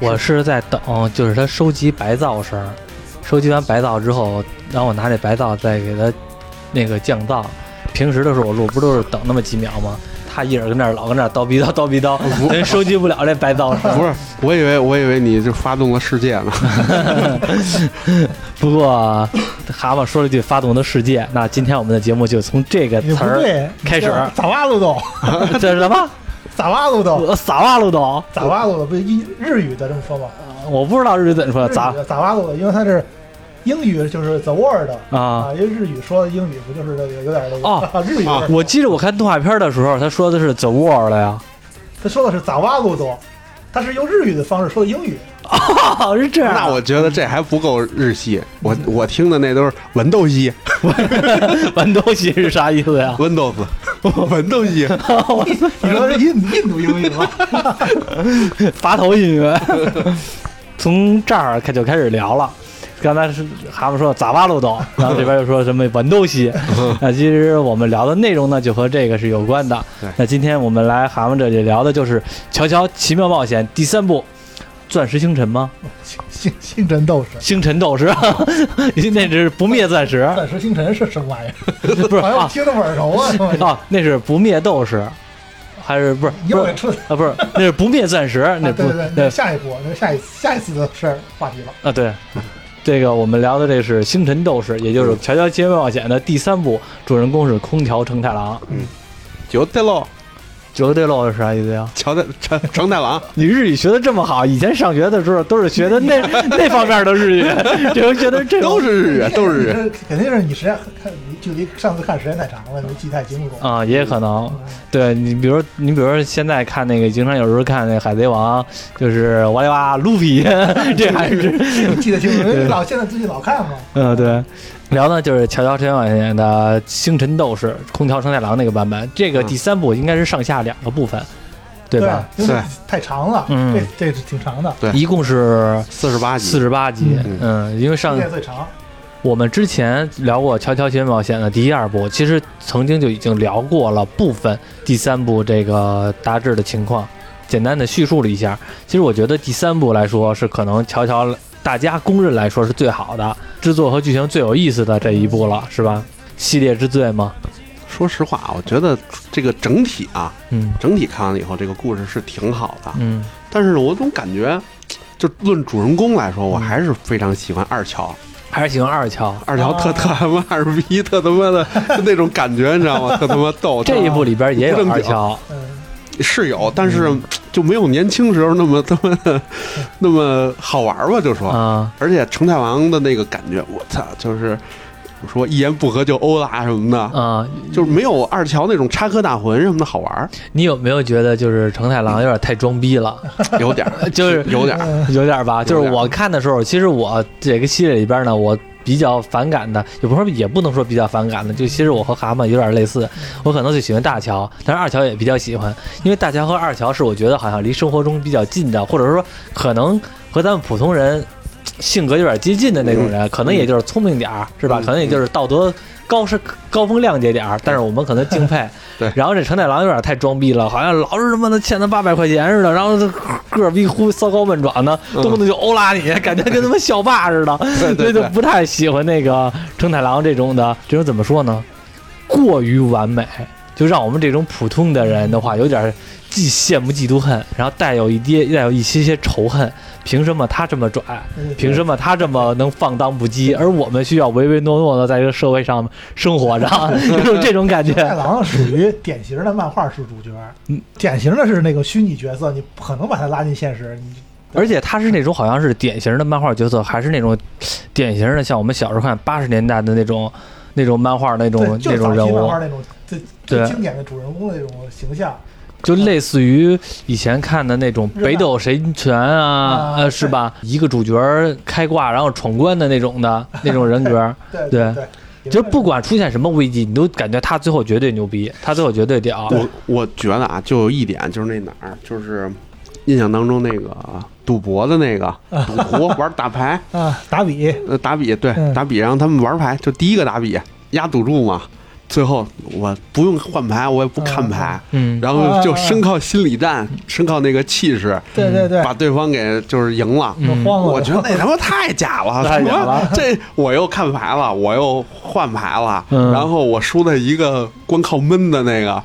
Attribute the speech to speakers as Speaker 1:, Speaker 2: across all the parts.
Speaker 1: 我是在等，就是他收集白噪声儿，收集完白噪之后，然后我拿这白噪再给他那个降噪。平时的时候我录不都是等那么几秒吗？他一人跟那儿老跟那儿叨逼 叨叨逼叨，人收集不了这白噪声。
Speaker 2: 不是，我以为我以为你就发动了世界 呢。
Speaker 1: 不过蛤蟆说了一句“发动的世界”，那今天我们的节目就从这个
Speaker 3: 也
Speaker 1: 词
Speaker 3: 不
Speaker 1: 儿
Speaker 3: 对，
Speaker 1: 开始，
Speaker 3: 咋哇路都，
Speaker 1: 这是什么？
Speaker 3: 咋哇路都，
Speaker 1: 我撒哇路都，
Speaker 3: 咋哇路的，不一日语的这么说吗？
Speaker 1: 我不知道日语怎么说，
Speaker 3: 日语
Speaker 1: 呃咋
Speaker 3: 的咋哇路的，因为它是英语就是 the word
Speaker 1: 啊？
Speaker 3: 因为日语说的英语不就是这个有点这个
Speaker 1: 哦
Speaker 3: 日语味儿
Speaker 2: 啊
Speaker 1: 我记得我看动画片的时候，他说的是 the world 呀，
Speaker 3: 他说的是咋哇路都，他是用日语的方式说的英 语，
Speaker 1: 哦，是这样。
Speaker 2: 那我觉得这还不够日系，我我听的那都是文斗西、
Speaker 1: 啊豌豆系是啥意思呀？
Speaker 2: Windows、文 斗西。
Speaker 3: 你说是印印度英语吗？
Speaker 1: 拔头音乐，从这儿开就开始聊了。刚才是蛤蟆说咋哇路都，然后这边又说什么豌豆西。那其实我们聊的内容呢，就和这个是有关的
Speaker 2: 对。
Speaker 1: 那今天我们来蛤蟆这里聊的就是《乔乔奇妙冒险》第三部。钻石星辰吗？
Speaker 3: 星星辰斗士，
Speaker 1: 星辰斗士， 那是不灭钻石，
Speaker 3: 钻石星辰是什么玩意儿？
Speaker 1: 不是
Speaker 3: 好像我
Speaker 1: 啊
Speaker 3: 听着耳熟啊！
Speaker 1: 啊，那 是不灭斗士，还是不是不
Speaker 3: 又
Speaker 1: 是
Speaker 3: 给出
Speaker 1: 啊？不是，那是不灭钻石，那
Speaker 3: 啊，
Speaker 1: 不
Speaker 3: 对对对，
Speaker 1: 那
Speaker 3: 那下一步，那下一下一次的事儿话题了。
Speaker 1: 啊，对，这个我们聊的这是《星辰斗士》，也就是《乔乔奇妙冒险》的第三部，主人公是空调承太郎。
Speaker 2: 就这喽，
Speaker 1: 绝对漏是啥意思呀？
Speaker 2: 乔太成成太郎，
Speaker 1: 你日语学的这么好，以前上学的时候 都是学的那那方面的日 语，这回学的这种
Speaker 2: 都是日 语，都是日语。
Speaker 3: 你肯定是你时间看，你距离上次看时间太长了，你记太清楚。
Speaker 1: 啊、也可能。对你，比如你，比如说现在看那个，经常有时候看那《海贼王》，就是哇里哇路比， 这还是
Speaker 3: 你记得清楚，因为你老现在最近老看嘛。
Speaker 1: 嗯，对，聊呢就是《乔乔陈演员的《星辰斗士》空调承太郎那个版本，这个第三部应该是上下两个部分，对吧？
Speaker 3: 因为
Speaker 2: 对
Speaker 3: 太长了，
Speaker 1: 嗯
Speaker 3: 这这是挺长的，
Speaker 2: 对
Speaker 1: 一共是
Speaker 2: 四十八集，
Speaker 1: 四十八集，
Speaker 2: 嗯
Speaker 1: 嗯，因为
Speaker 3: 世
Speaker 1: 上
Speaker 3: 界最长。
Speaker 1: 我们之前聊过《乔乔奇妙冒险》的第一、二部，其实曾经就已经聊过了部分第三部这个大致的情况，简单的叙述了一下。其实我觉得第三部来说是可能乔乔大家公认来说是最好的制作和剧情最有意思的这一部了，是吧？系列之最嘛，
Speaker 2: 说实话，我觉得这个整体啊，
Speaker 1: 嗯
Speaker 2: 整体看完了以后，这个故事是挺好的。
Speaker 1: 嗯
Speaker 2: 但是我总感觉，就论主人公来说，我还是非常喜欢二乔。，
Speaker 1: 还是喜欢二乔。
Speaker 2: 二乔特
Speaker 3: 啊
Speaker 2: 特他妈二逼，特他妈的就那种感觉，你知道吗？特他妈逗。
Speaker 1: 这一部嗯里边也
Speaker 2: 不
Speaker 1: 有
Speaker 2: 正
Speaker 1: 二
Speaker 2: 经
Speaker 1: 乔，
Speaker 3: 嗯，
Speaker 2: 是有，但是就没有年轻时候那么他妈的那么好玩吧？就说，
Speaker 1: 啊，
Speaker 2: 而且成太郎的那个感觉，我操，就是我说一言不合就殴打什么的，
Speaker 1: 啊，
Speaker 2: 就是没有二乔那种插科打诨什么的好玩 儿，
Speaker 1: 你有没有觉得就是承太郎有点太装逼了？，
Speaker 2: 有点儿
Speaker 1: 就是
Speaker 2: 有点儿。
Speaker 1: 有点吧，就
Speaker 2: 有
Speaker 1: 是
Speaker 2: 点
Speaker 1: 我看的时候，其实我这个系列里边呢，我比较反感的，也不说也不能说比较反感的，就其实我和蛤蟆有点类似，我可能最喜欢大乔，但是二乔也比较喜欢，因为大乔和二乔是我觉得好像离生活中比较近的，或者说可能和咱们普通人性格有点接近的那种人，可能也就是聪明点儿，是吧？
Speaker 2: 嗯
Speaker 1: 可能也就是道德高是高风亮节点儿，但是我们可能敬佩。
Speaker 2: 对
Speaker 1: 然后这承太郎有点太装逼了，好像老是他妈的欠他八百块钱似的，然后这个儿逼忽骚高闷壮的，
Speaker 2: 嗯
Speaker 1: 动不动就殴拉你，感觉跟他妈校霸似的，
Speaker 2: 对
Speaker 1: 所以
Speaker 2: 对
Speaker 1: 就
Speaker 2: 对，
Speaker 1: 不太喜欢那个承太郎这种的，这种怎么说呢？过于完美，就让我们这种普通的人的话，有点既羡慕嫉妒恨，然后带有一爹带有一些些仇恨。凭什么他这么拽？
Speaker 3: 呃
Speaker 1: 凭什么他这么能放荡不羁？而我们需要唯唯诺诺的在这个社会上生活着， 就是这种嗯感觉。
Speaker 3: 太郎属于典型的漫画式主角，典型的是那个虚拟角色，你不可能把他拉进现实。你
Speaker 1: 而且他是那种好像是典型的漫画角色，还是那种典型的像我们小时候看八十年代的那种那种漫画那
Speaker 3: 对，
Speaker 1: 种
Speaker 3: 就
Speaker 1: 那
Speaker 3: 是
Speaker 1: 种
Speaker 3: 早
Speaker 1: 人
Speaker 3: 期漫
Speaker 1: 物
Speaker 3: 画，那种最最经典的主人公的那种形象。
Speaker 1: 就类似于以前看的那种
Speaker 3: 日
Speaker 1: 《
Speaker 3: 漫
Speaker 1: 北斗神拳》啊
Speaker 3: 啊，
Speaker 1: 呃，
Speaker 3: 对
Speaker 1: 是吧？一个主角开挂然后闯关的那种 的那种人格，
Speaker 3: 对
Speaker 1: 对
Speaker 3: 对，
Speaker 1: 就是不管出现什么危机，你都感觉他最后绝对牛逼，他最后绝对屌。
Speaker 2: 我我觉得啊，就有一点就是那哪儿，就是印象当中那个赌博的那个赌徒玩打牌，
Speaker 3: 啊，打比
Speaker 2: 呃，打比对
Speaker 3: 嗯
Speaker 2: 打比，然后他们玩牌，就第一个打比压赌注嘛。最后我不用换牌，我也不看牌，
Speaker 1: 嗯，
Speaker 2: 然后就生靠心理战，生靠那个气势，
Speaker 3: 啊对对对，
Speaker 2: 把对方给就是赢了。
Speaker 3: 都慌了。
Speaker 2: 我觉得那他妈太假 了，
Speaker 1: 太
Speaker 2: 什
Speaker 1: 假
Speaker 2: 么
Speaker 1: 了
Speaker 2: 这我又看牌了，我又换牌了，
Speaker 1: 嗯啊
Speaker 2: 然后我输在一个光靠闷的那个，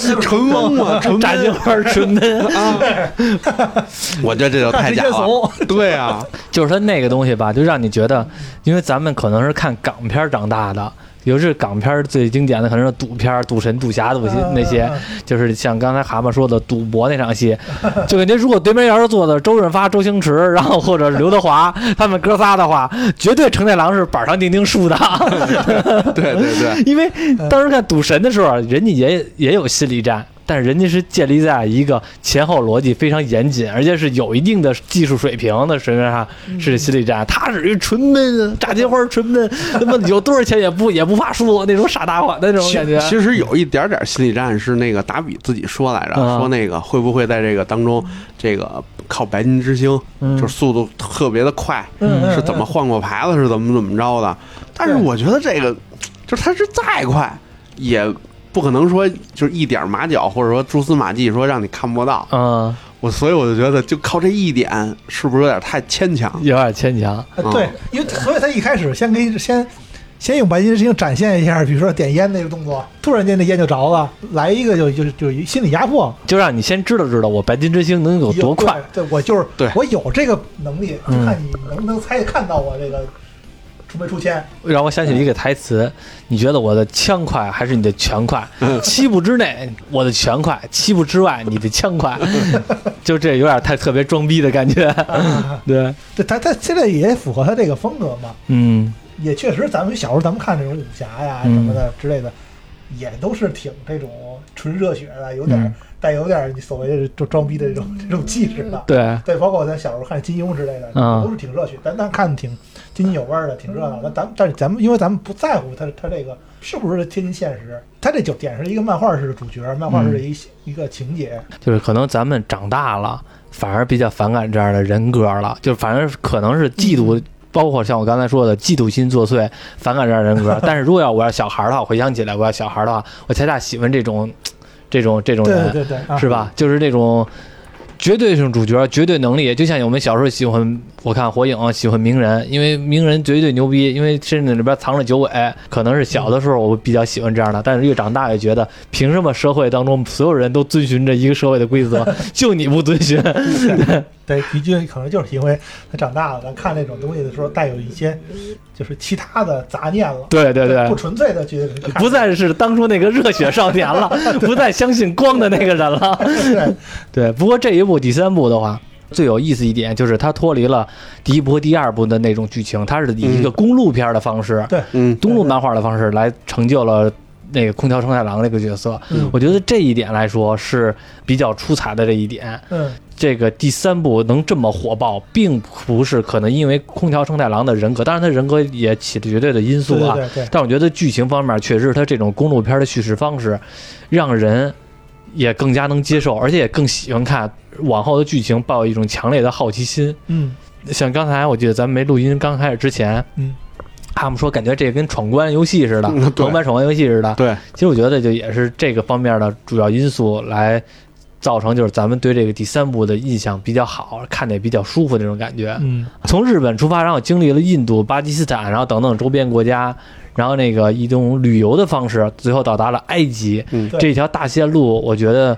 Speaker 2: 这纯蒙 嘛，纯
Speaker 1: 炸金
Speaker 2: 闷。
Speaker 1: 花儿纯闷，
Speaker 2: 啊 我觉得这就太假
Speaker 3: 看直接
Speaker 2: 了。对啊，
Speaker 1: 就是它那个东西吧，就让你觉得，因为咱们可能是看港片儿长大的，尤其是港片儿最经典的可能是赌片儿、赌神、赌侠、赌
Speaker 3: 嗯
Speaker 1: 那些
Speaker 3: 嗯，
Speaker 1: 就是像刚才蛤蟆说的赌博那场 戏，就感觉如果对面要是坐的周润发、周星驰，然后或者刘德华他们哥仨的话，绝对成太郎是板上钉钉输的。
Speaker 2: 对对对，
Speaker 1: 因为当时看赌神的时候，啊人家也也有心理战，但是人家是建立在一个前后逻辑非常严谨，而且是有一定的技术水平的水平上
Speaker 2: 嗯
Speaker 1: 是心理战。他是一纯闷啊，炸金花纯闷，他妈有多少钱也不也不怕输那种傻大款那种
Speaker 2: 其
Speaker 1: 感觉。
Speaker 2: 其实有一点点心理战是那个达比自己说来着，
Speaker 1: 嗯
Speaker 2: 说那个会不会在这个当中，这个靠白金之星，
Speaker 1: 嗯
Speaker 2: 就是速度特别的快，
Speaker 3: 嗯嗯
Speaker 2: 是怎么换过牌子，是怎么怎么着的。但是
Speaker 3: 对
Speaker 2: 我觉得这个，就是他是再快，也不可能说就是一点马脚，或者说蛛丝马迹，说让你看不到。
Speaker 1: 嗯，
Speaker 2: 我所以我就觉得，就靠这一点，是不是有点太牵强？
Speaker 1: 有点牵强。
Speaker 3: 呃对，因为所以他一开始先给你先先用白金之星展现一下，比如说点烟那个动作，突然间那烟就着了，来一个就就就一心理压迫，
Speaker 1: 就让你先知道知道我白金之星能有多快。
Speaker 3: 对，对我就是
Speaker 2: 对
Speaker 3: 我有这个能力，就
Speaker 1: 嗯
Speaker 3: 看你能不能猜看到我这个出没出现。
Speaker 1: 让我想起了一个台词：“你觉得我的枪快还是你的拳快？七步之内我的拳快，七步之外你的枪快。”就这有点太特别装逼的感觉。对，
Speaker 3: 啊对他，他现在也符合他这个风格嘛，
Speaker 1: 嗯
Speaker 3: 也确实，咱们小时候咱们看这种武侠呀什
Speaker 1: 嗯
Speaker 3: 么的之类的，也都是挺这种纯热血的，有点儿
Speaker 1: 嗯
Speaker 3: 带有点儿你所谓的就装逼的这种这种气质的，。
Speaker 1: 对，
Speaker 3: 对，包括咱小时候看金庸之类的，
Speaker 1: 嗯
Speaker 3: 都是挺热血，咱咱看的挺津津有味儿的，挺热闹的。咱但是咱们因为咱们不在乎他他这个是不是贴近现实，他这就点是一个漫画式的主角，漫画
Speaker 1: 嗯
Speaker 3: 式的一、一个情节。
Speaker 1: 就是可能咱们长大了，反而比较反感这样的人格了，就反正可能是嫉妒。包括像我刚才说的嫉妒心作祟，反感这样的人格。但是如果要我要小孩儿的话，我回想起来，我要小孩儿的话，我恰恰喜欢这种，这种这种
Speaker 3: 对
Speaker 1: 人。
Speaker 3: 对对对，啊、
Speaker 1: 是？吧？就是那种绝对性主角、绝对能力，就像我们小时候喜欢，我看《火影》喜欢鸣人，因为鸣人绝对牛逼，因为身体里边藏着九尾。可能是小的时候我比较喜欢这样的，但是越长大越觉得，凭什么社会当中所有人都遵循着一个社会的规则， 就你不遵循？
Speaker 3: 对，的确可能就是因为他长大了，咱看这种东西的时候带有一些就是其他的杂念了，
Speaker 1: 对对对
Speaker 3: 不。纯粹的觉得
Speaker 1: 不再是当初那个热血少年了，不再相信光的那个人了。
Speaker 3: 对
Speaker 1: 对，不过这一部第三部的话，最有意思一点就是它脱离了第一部和第二部的那种剧情，它是以一个公路片儿的方式、
Speaker 3: 对
Speaker 2: 嗯，
Speaker 1: 公路漫画的方式来成就了那个空调承太郎这个角色。
Speaker 3: 嗯
Speaker 1: 我觉得这一点来说是比较出彩的这一点。
Speaker 3: 嗯
Speaker 1: 这个第三部能这么火爆，并不是可能因为空调承太郎的人格，当然他人格也起了绝对的因素
Speaker 3: 对
Speaker 1: 啊。
Speaker 3: 对对，
Speaker 1: 但我觉得剧情方面确实他这种公路片的叙事方式，让人也更加能接受，而且也更喜欢看。往后的剧情抱有一种强烈的好奇心。
Speaker 3: 嗯
Speaker 1: 像刚才我记得咱们没录音刚开始之前，
Speaker 3: 嗯
Speaker 1: 他们说感觉这跟闯关游戏似的，
Speaker 2: 嗯对
Speaker 1: 横版闯关游戏似的。
Speaker 2: 对，
Speaker 1: 其实我觉得就也是这个方面的主要因素来。造成就是咱们对这个第三部的印象比较好，看的也比较舒服那种感觉。
Speaker 3: 嗯
Speaker 1: 从日本出发，然后经历了印度、巴基斯坦，然后等等周边国家，然后那个以一种旅游的方式，最后到达了埃及。
Speaker 2: 嗯
Speaker 3: 对
Speaker 1: 这条大线路，我觉得。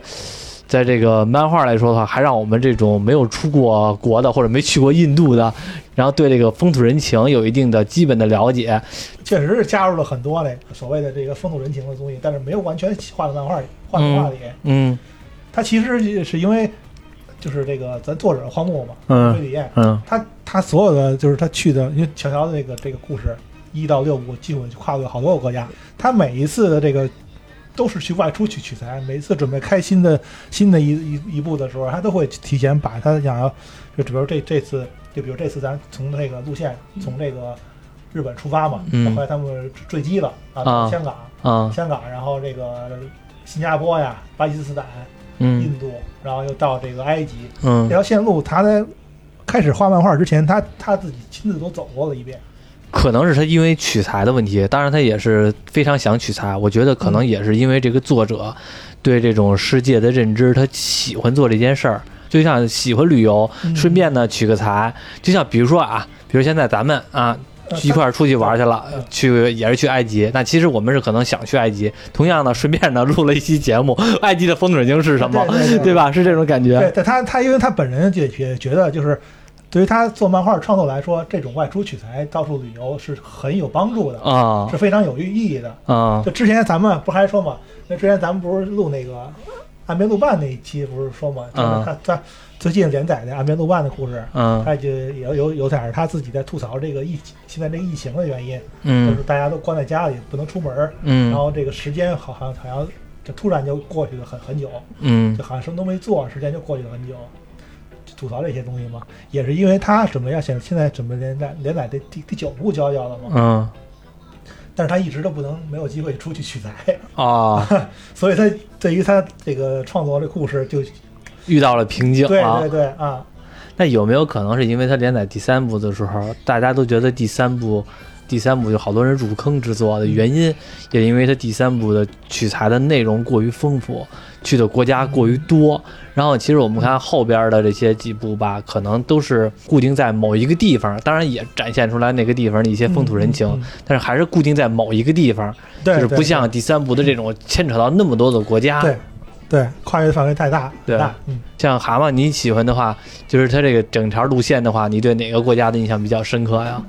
Speaker 1: 在这个漫画来说的话，还让我们这种没有出过国的或者没去过印度的，然后对这个风土人情有一定的基本的了解。
Speaker 3: 确实是加入了很多那个所谓的这个风土人情的东西，但是没有完全画到漫画里，画动画里。
Speaker 1: 嗯
Speaker 3: 他其实是因为就是这个咱作者荒木嘛，
Speaker 1: 嗯
Speaker 3: 灰里彦，
Speaker 1: 嗯
Speaker 3: 他他所有的就是他去的，因为乔乔的这个这个故事一到六部，基本就跨过好多个国家，他每一次的这个。都是去外出去取材，每次准备开新的新的一一一部的时候，他都会提前把他想要，就比如这这次，就比如这次咱从这个路线从这个日本出发嘛，
Speaker 1: 嗯
Speaker 3: 后来他们坠机了
Speaker 1: 啊
Speaker 3: 啊，香港，
Speaker 1: 啊
Speaker 3: 香港，然后这个新加坡呀、巴基斯坦、
Speaker 1: 嗯
Speaker 3: 印度，然后又到这个埃及这
Speaker 1: 嗯，
Speaker 3: 条线路，他在开始画漫画之前，他他自己亲自都走过了一遍，
Speaker 1: 可能是他因为取材的问题，当然他也是非常想取材。我觉得可能也是因为这个作者对这种世界的认知，他喜欢做这件事儿，就像喜欢旅游，
Speaker 3: 嗯
Speaker 1: 顺便呢取个材。就像比如说啊，比如现在咱们啊
Speaker 3: 呃
Speaker 1: 一块儿出去玩去了
Speaker 3: 嗯，
Speaker 1: 去也是去埃及。那其实我们是可能想去埃及，同样呢顺便呢录了一期节目，埃及的风水经是什么，
Speaker 3: 对对对
Speaker 1: 对吧？是这种感
Speaker 3: 对
Speaker 1: 觉。，
Speaker 3: 但他他因为他本人也也觉得，就是对于他做漫画创作来说，这种外出取材到处旅游是很有帮助的，
Speaker 1: 啊
Speaker 3: 是非常有意义的。
Speaker 1: 啊
Speaker 3: 就之前咱们不还说嘛，那之前咱们不是录那个岸边路伴那一期不是说嘛，就是
Speaker 1: 嗯
Speaker 3: 他他最近连载的岸边路伴的故事，
Speaker 1: 嗯
Speaker 3: 他就有有有点儿他自己在吐槽这个疫现在这个疫情的原因，就
Speaker 1: 嗯
Speaker 3: 是大家都关在家里不能出门儿，然
Speaker 1: 嗯
Speaker 3: 后这个时间好像好像就突然就过去了很很久，
Speaker 1: 嗯
Speaker 3: 就好像什么都没做，时间就过去了很久。就吐槽这些东西嘛，也是因为他准备要现现在准备连载连载第第第九部《娇娇》了嘛，
Speaker 1: 嗯
Speaker 3: 但是他一直都不能没有机会出去取材，
Speaker 1: 啊，
Speaker 3: 所以他对于他这个创作这故事就
Speaker 1: 遇到了瓶颈
Speaker 3: 对
Speaker 1: 啊
Speaker 3: 对。对啊，
Speaker 1: 那有没有可能是因为他连载第三部的时候，大家都觉得第三部，第三部有好多人入坑之作的原因，也因为他第三部的取材的内容过于丰富，去的国家过于多。然后其实我们看后边的这些几部吧，可能都是固定在某一个地方，当然也展现出来那个地方的一些风土人情，
Speaker 3: 嗯嗯嗯
Speaker 1: 但是还是固定在某一个地方，
Speaker 3: 对，
Speaker 1: 就是
Speaker 3: 对
Speaker 1: 不像第三部的这种牵扯到那么多的国家。
Speaker 3: 对对跨越的范围太大，
Speaker 1: 对
Speaker 3: 大嗯，
Speaker 1: 像蛤蟆，你喜欢的话，就是它这个整条路线的话，你对哪个国家的印象比较深刻呀？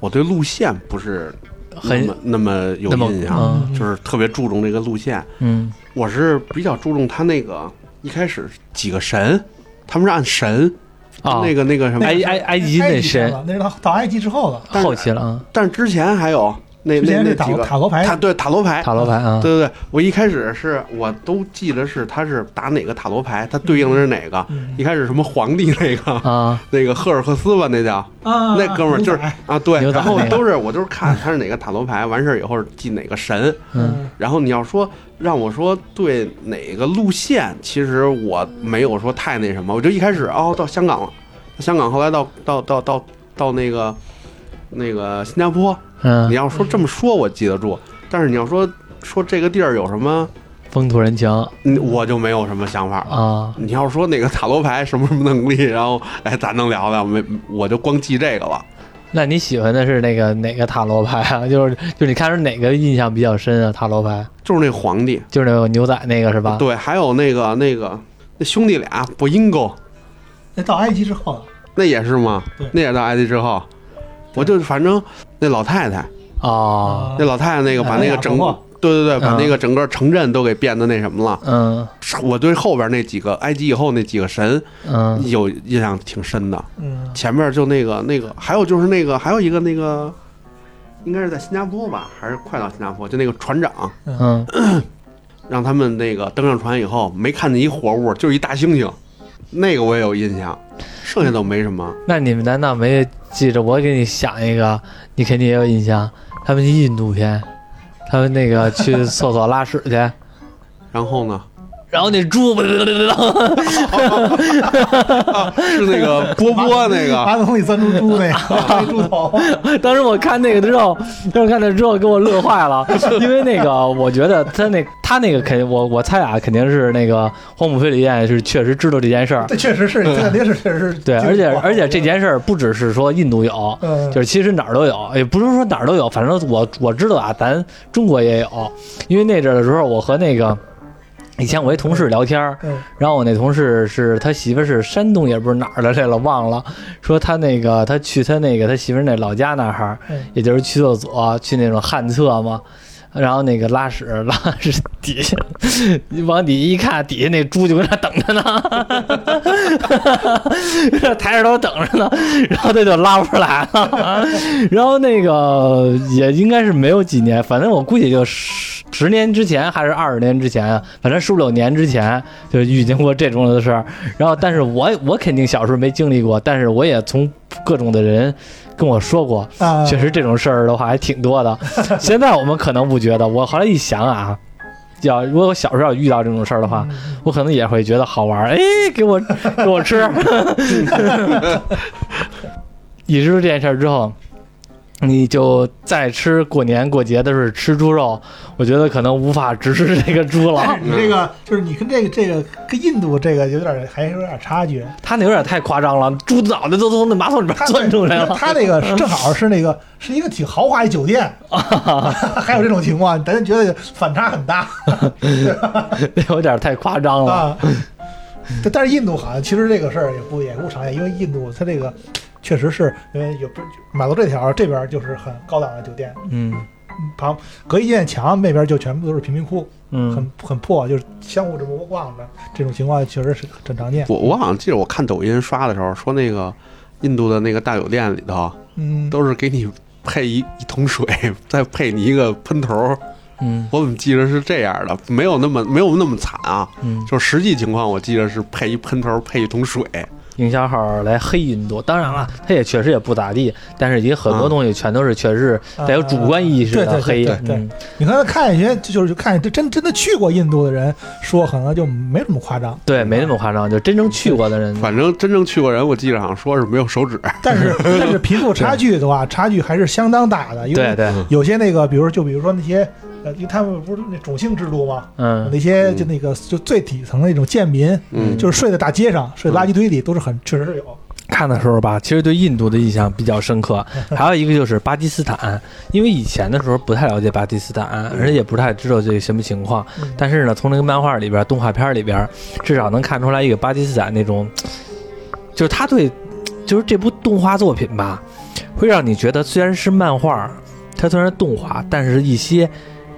Speaker 2: 我对路线不是那
Speaker 1: 很
Speaker 2: 么那么有
Speaker 1: 那么
Speaker 2: 印象，
Speaker 1: 嗯
Speaker 2: 就是特别注重这个路线。
Speaker 1: 嗯
Speaker 2: 我是比较注重他那个一开始几个神，他们是按神、
Speaker 1: 啊，
Speaker 2: 那个那个什么，
Speaker 1: 埃埃埃及那
Speaker 3: 神
Speaker 1: 神
Speaker 3: 了，那是到到埃及之后了，
Speaker 2: 但是
Speaker 1: 好奇了啊，
Speaker 2: 但是之前还有那
Speaker 3: 之
Speaker 2: 那
Speaker 3: 前
Speaker 2: 那
Speaker 3: 是
Speaker 2: 几
Speaker 3: 塔
Speaker 2: 个
Speaker 3: 塔罗牌
Speaker 2: 塔对塔罗牌，
Speaker 1: 塔罗牌啊，
Speaker 2: 对对对，我一开始是我都记得是他是打哪个塔罗牌，它对应的是哪个。
Speaker 3: 嗯
Speaker 2: 一开始什么皇帝那个
Speaker 1: 啊
Speaker 2: 那个赫尔赫斯吧，那叫
Speaker 3: 啊
Speaker 2: 那哥们儿就是
Speaker 3: 明白
Speaker 2: 啊，对
Speaker 1: 牛，仔
Speaker 2: 然后
Speaker 1: 那个
Speaker 2: 都是我都是看他是哪个塔罗牌，完事儿以后记哪个神。
Speaker 1: 嗯
Speaker 3: 嗯
Speaker 2: 然后你要说让我说对哪个路线，其实我没有说太那什么，我就一开始哦到香港了，香港后来到到到到到那个那个新加坡，你
Speaker 1: 嗯，
Speaker 2: 要说这么说我记得住，但是你要说说这个地儿有什么，
Speaker 1: 风土人情
Speaker 2: 嗯我就没有什么想法了。
Speaker 1: 啊，
Speaker 2: 你要说哪个塔罗牌什么什么能力，然后哎咱能聊聊，没我就光记这个了。
Speaker 1: 那你喜欢的是那个哪个塔罗牌啊？ 就是就是你看是哪个印象比较深啊？塔罗牌
Speaker 2: 就是那皇帝，
Speaker 1: 就是那个牛仔那个是吧？
Speaker 2: 对，还有那个那个那兄弟俩博英哥，
Speaker 3: 那到埃及之后了，
Speaker 2: 那也是吗
Speaker 3: 对？
Speaker 2: 那也到埃及之后，我就反正那老太太，
Speaker 1: 啊，
Speaker 2: 那老太太那个把
Speaker 3: 哎
Speaker 2: 那
Speaker 3: 呀
Speaker 2: 个整
Speaker 3: 婆婆，
Speaker 2: 对对对，把
Speaker 1: 嗯
Speaker 2: 那个整个城镇都给变得那什么了。
Speaker 1: 嗯
Speaker 2: 我对后边那几个埃及以后那几个神
Speaker 1: 嗯
Speaker 2: 有印象挺深的，
Speaker 3: 嗯，
Speaker 2: 前面就那个那个，还有就是那个还有一个那个，应该是在新加坡吧，还是快到新加坡，就那个船长。
Speaker 1: 嗯
Speaker 2: 让他们那个登上船以后，没看见一活物，就是一大猩猩，那个我也有印象，剩下都没什么。
Speaker 1: 那你们难道没记着？我给你想一个，你肯定也有印象。他们去印度片，他们那个去厕所拉屎去，
Speaker 2: 然后 呢，
Speaker 1: 然后那猪
Speaker 2: 是那个波波那个，
Speaker 3: 马桶里钻出猪 那个钻一猪头，
Speaker 1: 当时我看那个之后，当时看那之后给我乐坏 了，因为那个我觉得他那他那个肯我我猜啊，肯定是那个荒木飞吕彦是确实知道这件事儿，
Speaker 3: 这确实
Speaker 2: 嗯
Speaker 3: 是，这肯定是确实是
Speaker 1: 对，
Speaker 3: 经历
Speaker 1: 而且
Speaker 3: 过
Speaker 1: 而且这件事儿不只是说印度有，
Speaker 3: 嗯
Speaker 1: 就是其实哪儿都有，也不是说哪儿都有，反正我我知道啊，咱中国也有，因为那阵儿的时候，我和那个以前我一同事聊天儿，
Speaker 3: 嗯
Speaker 1: 然后我那同事是他媳妇儿是山东也不是哪儿的来了，忘了，说他那个他去他那个他媳妇儿那老家那儿，
Speaker 3: 嗯
Speaker 1: 也就是去厕所去那种旱厕嘛。然后那个拉屎，拉屎底下，你往底下一看，底下那猪就搁那等着呢， 抬着头等着呢，然后他就拉不出来了。然后那个也应该是没有几年，反正我估计就十十年之前还是二十年之前啊，反正十五六年之前就遇见过这种的事儿。然后，但是我我肯定小时候没经历过，但是我也从各种的人跟我说过，
Speaker 3: 啊，
Speaker 1: 确实这种事儿的话还挺多 的。现在我们可能不觉得，我后来一想啊，要如果我小时候要遇到这种事儿的话，
Speaker 3: 嗯
Speaker 1: 我可能也会觉得好玩儿，哎，给我给我 吃。你知道这件事儿之后，你就再吃过年过节的时候吃猪肉，我觉得可能无法直视这个猪了。
Speaker 3: 但是你这个就是你跟这个这个跟印度这个有点还是有点差距。
Speaker 1: 他那有点太夸张了，猪脑袋都从那马桶里边
Speaker 3: 他
Speaker 1: 钻出来了。
Speaker 3: 他那个正好是那个是一个挺豪华一 酒店，还有这种情况，咱就觉得反差很大
Speaker 1: 那 有点太夸张了。
Speaker 3: 啊。但但是印度好像其实这个事儿也不也不常见，因为印度它这个确实是因为有马路这条这边就是很高档的酒店，
Speaker 1: 嗯
Speaker 3: 旁隔一面墙那边就全部都是贫民窟，
Speaker 1: 嗯，
Speaker 3: 很很破，啊就是相互这么逛着，这种情况确实是很常见。
Speaker 2: 我我好像记得我看抖音刷的时候说那个印度的那个大酒店里头
Speaker 3: 嗯，
Speaker 2: 都是给你配一一桶水，再配你一个喷头。
Speaker 1: 嗯
Speaker 2: 我怎么记着是这样的？没有那么没有那么惨啊，
Speaker 1: 嗯，
Speaker 2: 就实际情况我记着是配一喷头，配一桶水。
Speaker 1: 营销号来黑印度，当然了，他也确实也不咋地，但是也很多
Speaker 2: 啊
Speaker 1: 东西全都是确实带有主观意识的
Speaker 3: 啊对对
Speaker 1: 黑。
Speaker 3: 对对
Speaker 1: 嗯
Speaker 3: 你看看一些就是看真真的去过印度的人说，可能就没这么夸张。
Speaker 1: 对，没那么夸张，就真正去过的人，
Speaker 2: 反正真正去过人，我记着好像说是没有手指。
Speaker 3: 但 是但是贫富差距的话，差距还是相当大的，因
Speaker 1: 对
Speaker 3: 为
Speaker 1: 对，
Speaker 3: 有些那个，比如就比如说那些呃，因为他们不是那种姓制度吗？
Speaker 1: 嗯
Speaker 3: 那些
Speaker 2: 嗯
Speaker 3: 就那个就最底层的那种贱民，
Speaker 2: 嗯，
Speaker 3: 就是睡在大街上，睡垃圾堆里，都是很确实是有。
Speaker 1: 看的时候吧，其实对印度的印象比较深刻。
Speaker 3: 嗯
Speaker 1: 还有一个就是巴基斯坦，因为以前的时候不太了解巴基斯坦，而且也不太知道这个什么情况。
Speaker 3: 嗯
Speaker 1: 但是呢，从这个漫画里边、动画片里边，至少能看出来一个巴基斯坦那种，就是他对，就是这部动画作品吧，会让你觉得虽然是漫画，它虽然是动画，但是一些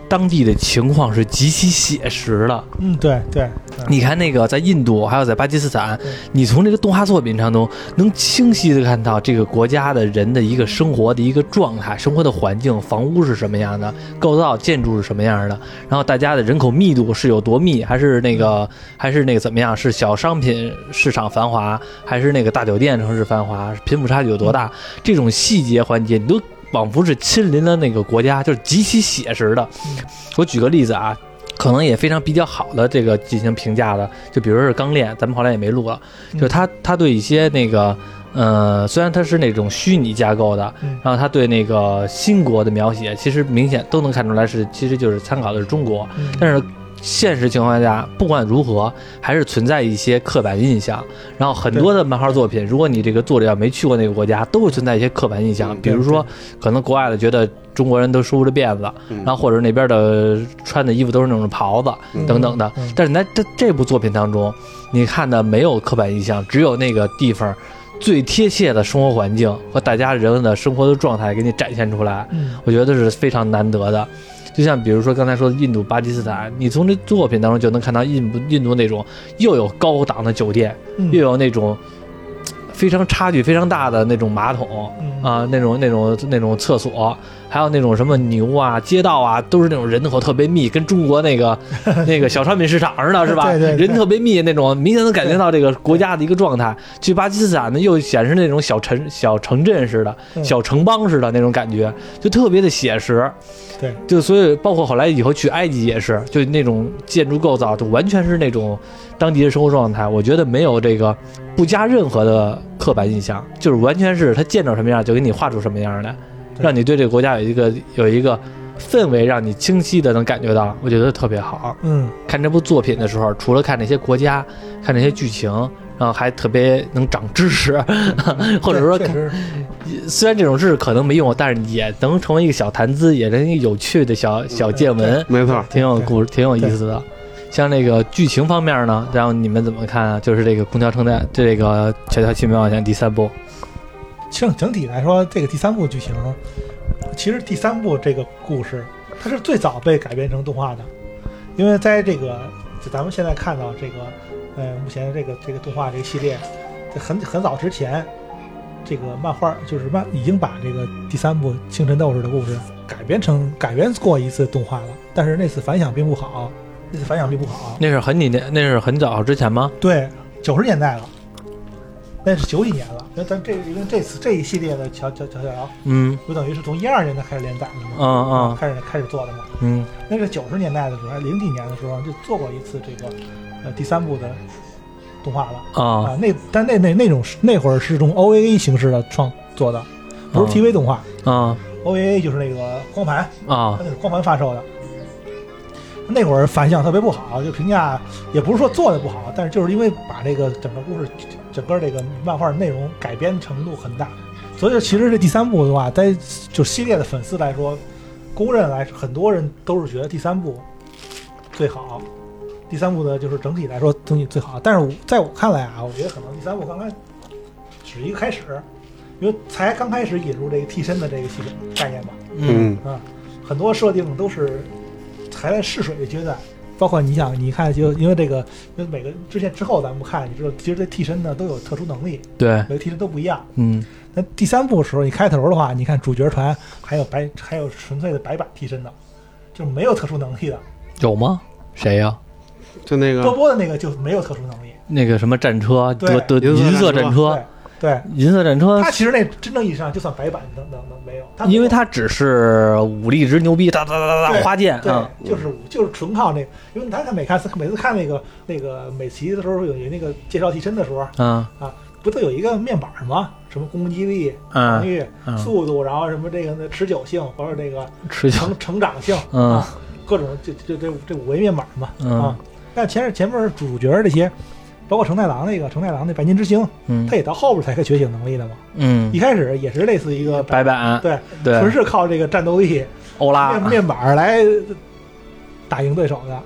Speaker 1: 当地的情况是极其写实的。
Speaker 3: 嗯，对对，嗯
Speaker 1: 你看那个在印度，还有在巴基斯坦
Speaker 3: 对，
Speaker 1: 你从这个动画作品当中能清晰的看到这个国家的人的一个生活的一个状态、生活的环境、房屋是什么样的，构造建筑是什么样的，然后大家的人口密度是有多密，还是那个还是那个怎么样？是小商品市场繁华，还是那个大酒店城市繁华？贫富差距有多大？
Speaker 3: 嗯
Speaker 1: 这种细节环节，你都仿佛是亲临了那个国家，就是极其写实的
Speaker 3: 嗯。
Speaker 1: 我举个例子啊，可能也非常比较好的这个进行评价的，就比如说是《钢炼》，咱们后来也没录了。
Speaker 3: 嗯
Speaker 1: 就他他对一些那个，呃，虽然它是那种虚拟架构的
Speaker 3: 嗯，
Speaker 1: 然后他对那个新国的描写，其实明显都能看出来是，其实就是参考的是中国。
Speaker 3: 嗯
Speaker 1: 但是现实情况下，不管如何，还是存在一些刻板印象。然后很多的漫画作品，如果你这个作者要没去过那个国家，都会存在一些刻板印象
Speaker 2: 嗯，
Speaker 1: 比
Speaker 3: 对
Speaker 1: 如说，可能国外的觉得中国人都梳着辫子，
Speaker 2: 嗯
Speaker 1: 然后或者那边的穿的衣服都是那种袍子
Speaker 2: 嗯
Speaker 1: 等等的
Speaker 3: 嗯。
Speaker 1: 但是在这这部作品当中，你看的没有刻板印象，只有那个地方最贴切的生活环境和大家人的生活的状态给你展现出来。
Speaker 3: 嗯
Speaker 1: 我觉得是非常难得的。就像比如说刚才说的印度、巴基斯坦，你从这作品当中就能看到印度印度那种又有高档的酒店，
Speaker 3: 嗯
Speaker 1: 又有那种嘖非常差距非常大的那种马桶
Speaker 3: 嗯
Speaker 1: 啊，那种那种那种厕所，还有那种什么牛啊、街道啊，都是那种人口特别密，跟中国那个 那个小商品市场似的，是吧？
Speaker 3: 对对对嗯
Speaker 1: 人特别密那种，明显能感觉到这个国家的一个状态。去巴基斯坦呢，又显示那种小城小城镇似的，
Speaker 3: 嗯
Speaker 1: 小城邦似的那种感觉，就特别的写实。
Speaker 3: 对，
Speaker 1: 就所以包括后来以后去埃及也是，就那种建筑构造，就完全是那种当地的生活状态。我觉得没有这个不加任何的刻板印象，就是完全是他见着什么样就给你画出什么样来，
Speaker 3: 对
Speaker 1: 让你对这个国家有一个有一个氛围，让你清晰的能感觉到，我觉得特别好。
Speaker 3: 嗯
Speaker 1: 看这部作品的时候，除了看那些国家，看那些剧情，然后还特别能长知识， 或者说
Speaker 3: 对
Speaker 1: 看
Speaker 3: 确实
Speaker 1: 虽然这种事可能没用，但是也能成为一个小谈资，也能一个有趣的小小见闻，
Speaker 2: 没错，
Speaker 1: 挺有
Speaker 3: 对
Speaker 1: 故事，挺有意思的。像那个剧情方面呢，然后你们怎么看啊？就是这个《空调城寨》这个《乔乔奇妙冒险》第三部，
Speaker 3: 整整体来说，这个第三部剧情，其实第三部这个故事，它是最早被改编成动画的，因为在这个就咱们现在看到这个，呃，目前这个这个动画这个系列，在很很早之前，这个漫画就是漫已经把这个第三部《星辰斗士》的故事改编成改编过一次动画了，但是那次反响并不好，那次反响并不好，
Speaker 1: 那是很几年，那是很早之前吗？
Speaker 3: 对，九十年代了。那是九几年了，那咱这因为这次这一系列的乔乔乔乔乔
Speaker 1: 嗯
Speaker 3: 不等于是从一二年代开始连载的嘛，
Speaker 1: 嗯嗯
Speaker 3: 开始开始做的嘛。
Speaker 1: 嗯
Speaker 3: 那是九十年代的时候，零几年的时候就做过一次这个呃第三部的动画了
Speaker 1: 啊
Speaker 3: 啊。那但那那那种是那会儿是用 OVA 形式的创作的，不是
Speaker 1: 啊
Speaker 3: TV 动画。
Speaker 1: 啊
Speaker 3: OVA 就是那个光盘，它
Speaker 1: 啊
Speaker 3: 那是光盘发售的。那会儿反响特别不好，就评价也不是说做的不好，但是就是因为把这个整个故事、整个这个漫画内容改编程度很大，所以其实这第三部的话，在就系列的粉丝来说，公认来很多人都是觉得第三部最好，第三部的就是整体来说东西最好。但是我在我看来啊，我觉得可能第三部刚刚只是一个开始，因为才刚开始引入这个替身的这个系统概念嘛。
Speaker 2: 嗯，
Speaker 3: 啊，很多设定都是还在试水的阶段。包括你想，你看，就因为这个，因为每个之前之后咱们看，你知道，其实这替身呢都有特殊能力，
Speaker 1: 对，
Speaker 3: 每个替身都不一样。
Speaker 1: 嗯
Speaker 3: 那第三部的时候，你开头的话，你看主角团还有白，还有纯粹的白板替身的，就是没有特殊能力的。
Speaker 1: 有吗？谁呀、
Speaker 2: 就那个
Speaker 3: 波波的那个就没有特殊能力。
Speaker 1: 那个什么战车，
Speaker 3: 对
Speaker 1: 得得银
Speaker 2: 银
Speaker 1: 色
Speaker 2: 色
Speaker 1: 战
Speaker 2: 战
Speaker 1: 车
Speaker 3: 对，对，
Speaker 1: 银色战车
Speaker 3: 他，其实那真正意义上就算白板能能能没有，他
Speaker 1: 嗯
Speaker 3: 没有
Speaker 1: 因为它只是武力值牛逼，哒哒哒哒哒
Speaker 3: 对
Speaker 1: 花剑
Speaker 3: 对
Speaker 1: 啊，，
Speaker 3: 就是就是纯靠那个，因为他看每看每次看那个那个美琪的时候，有有那个介绍替身的时候，
Speaker 1: 嗯
Speaker 3: 啊不都有一个面板吗？什么攻击力、防
Speaker 1: 嗯
Speaker 3: 御、
Speaker 1: 嗯，
Speaker 3: 速度，然后什么这个那持久性或者 这个
Speaker 1: 持久，
Speaker 3: 成成长性
Speaker 1: 嗯
Speaker 3: 啊，各种这这这这五维面板嘛
Speaker 1: 嗯
Speaker 3: 啊。但前前面主角这些，包括成太郎那个成太郎那白金之星，
Speaker 1: 嗯
Speaker 3: 他也到后边才开觉醒能力的嘛，
Speaker 1: 嗯
Speaker 3: 一，开始也是类似一个
Speaker 1: 白板
Speaker 3: 对纯
Speaker 1: 对，
Speaker 3: 是靠这个战斗力
Speaker 1: 欧拉
Speaker 3: 面面板儿来打赢对手的，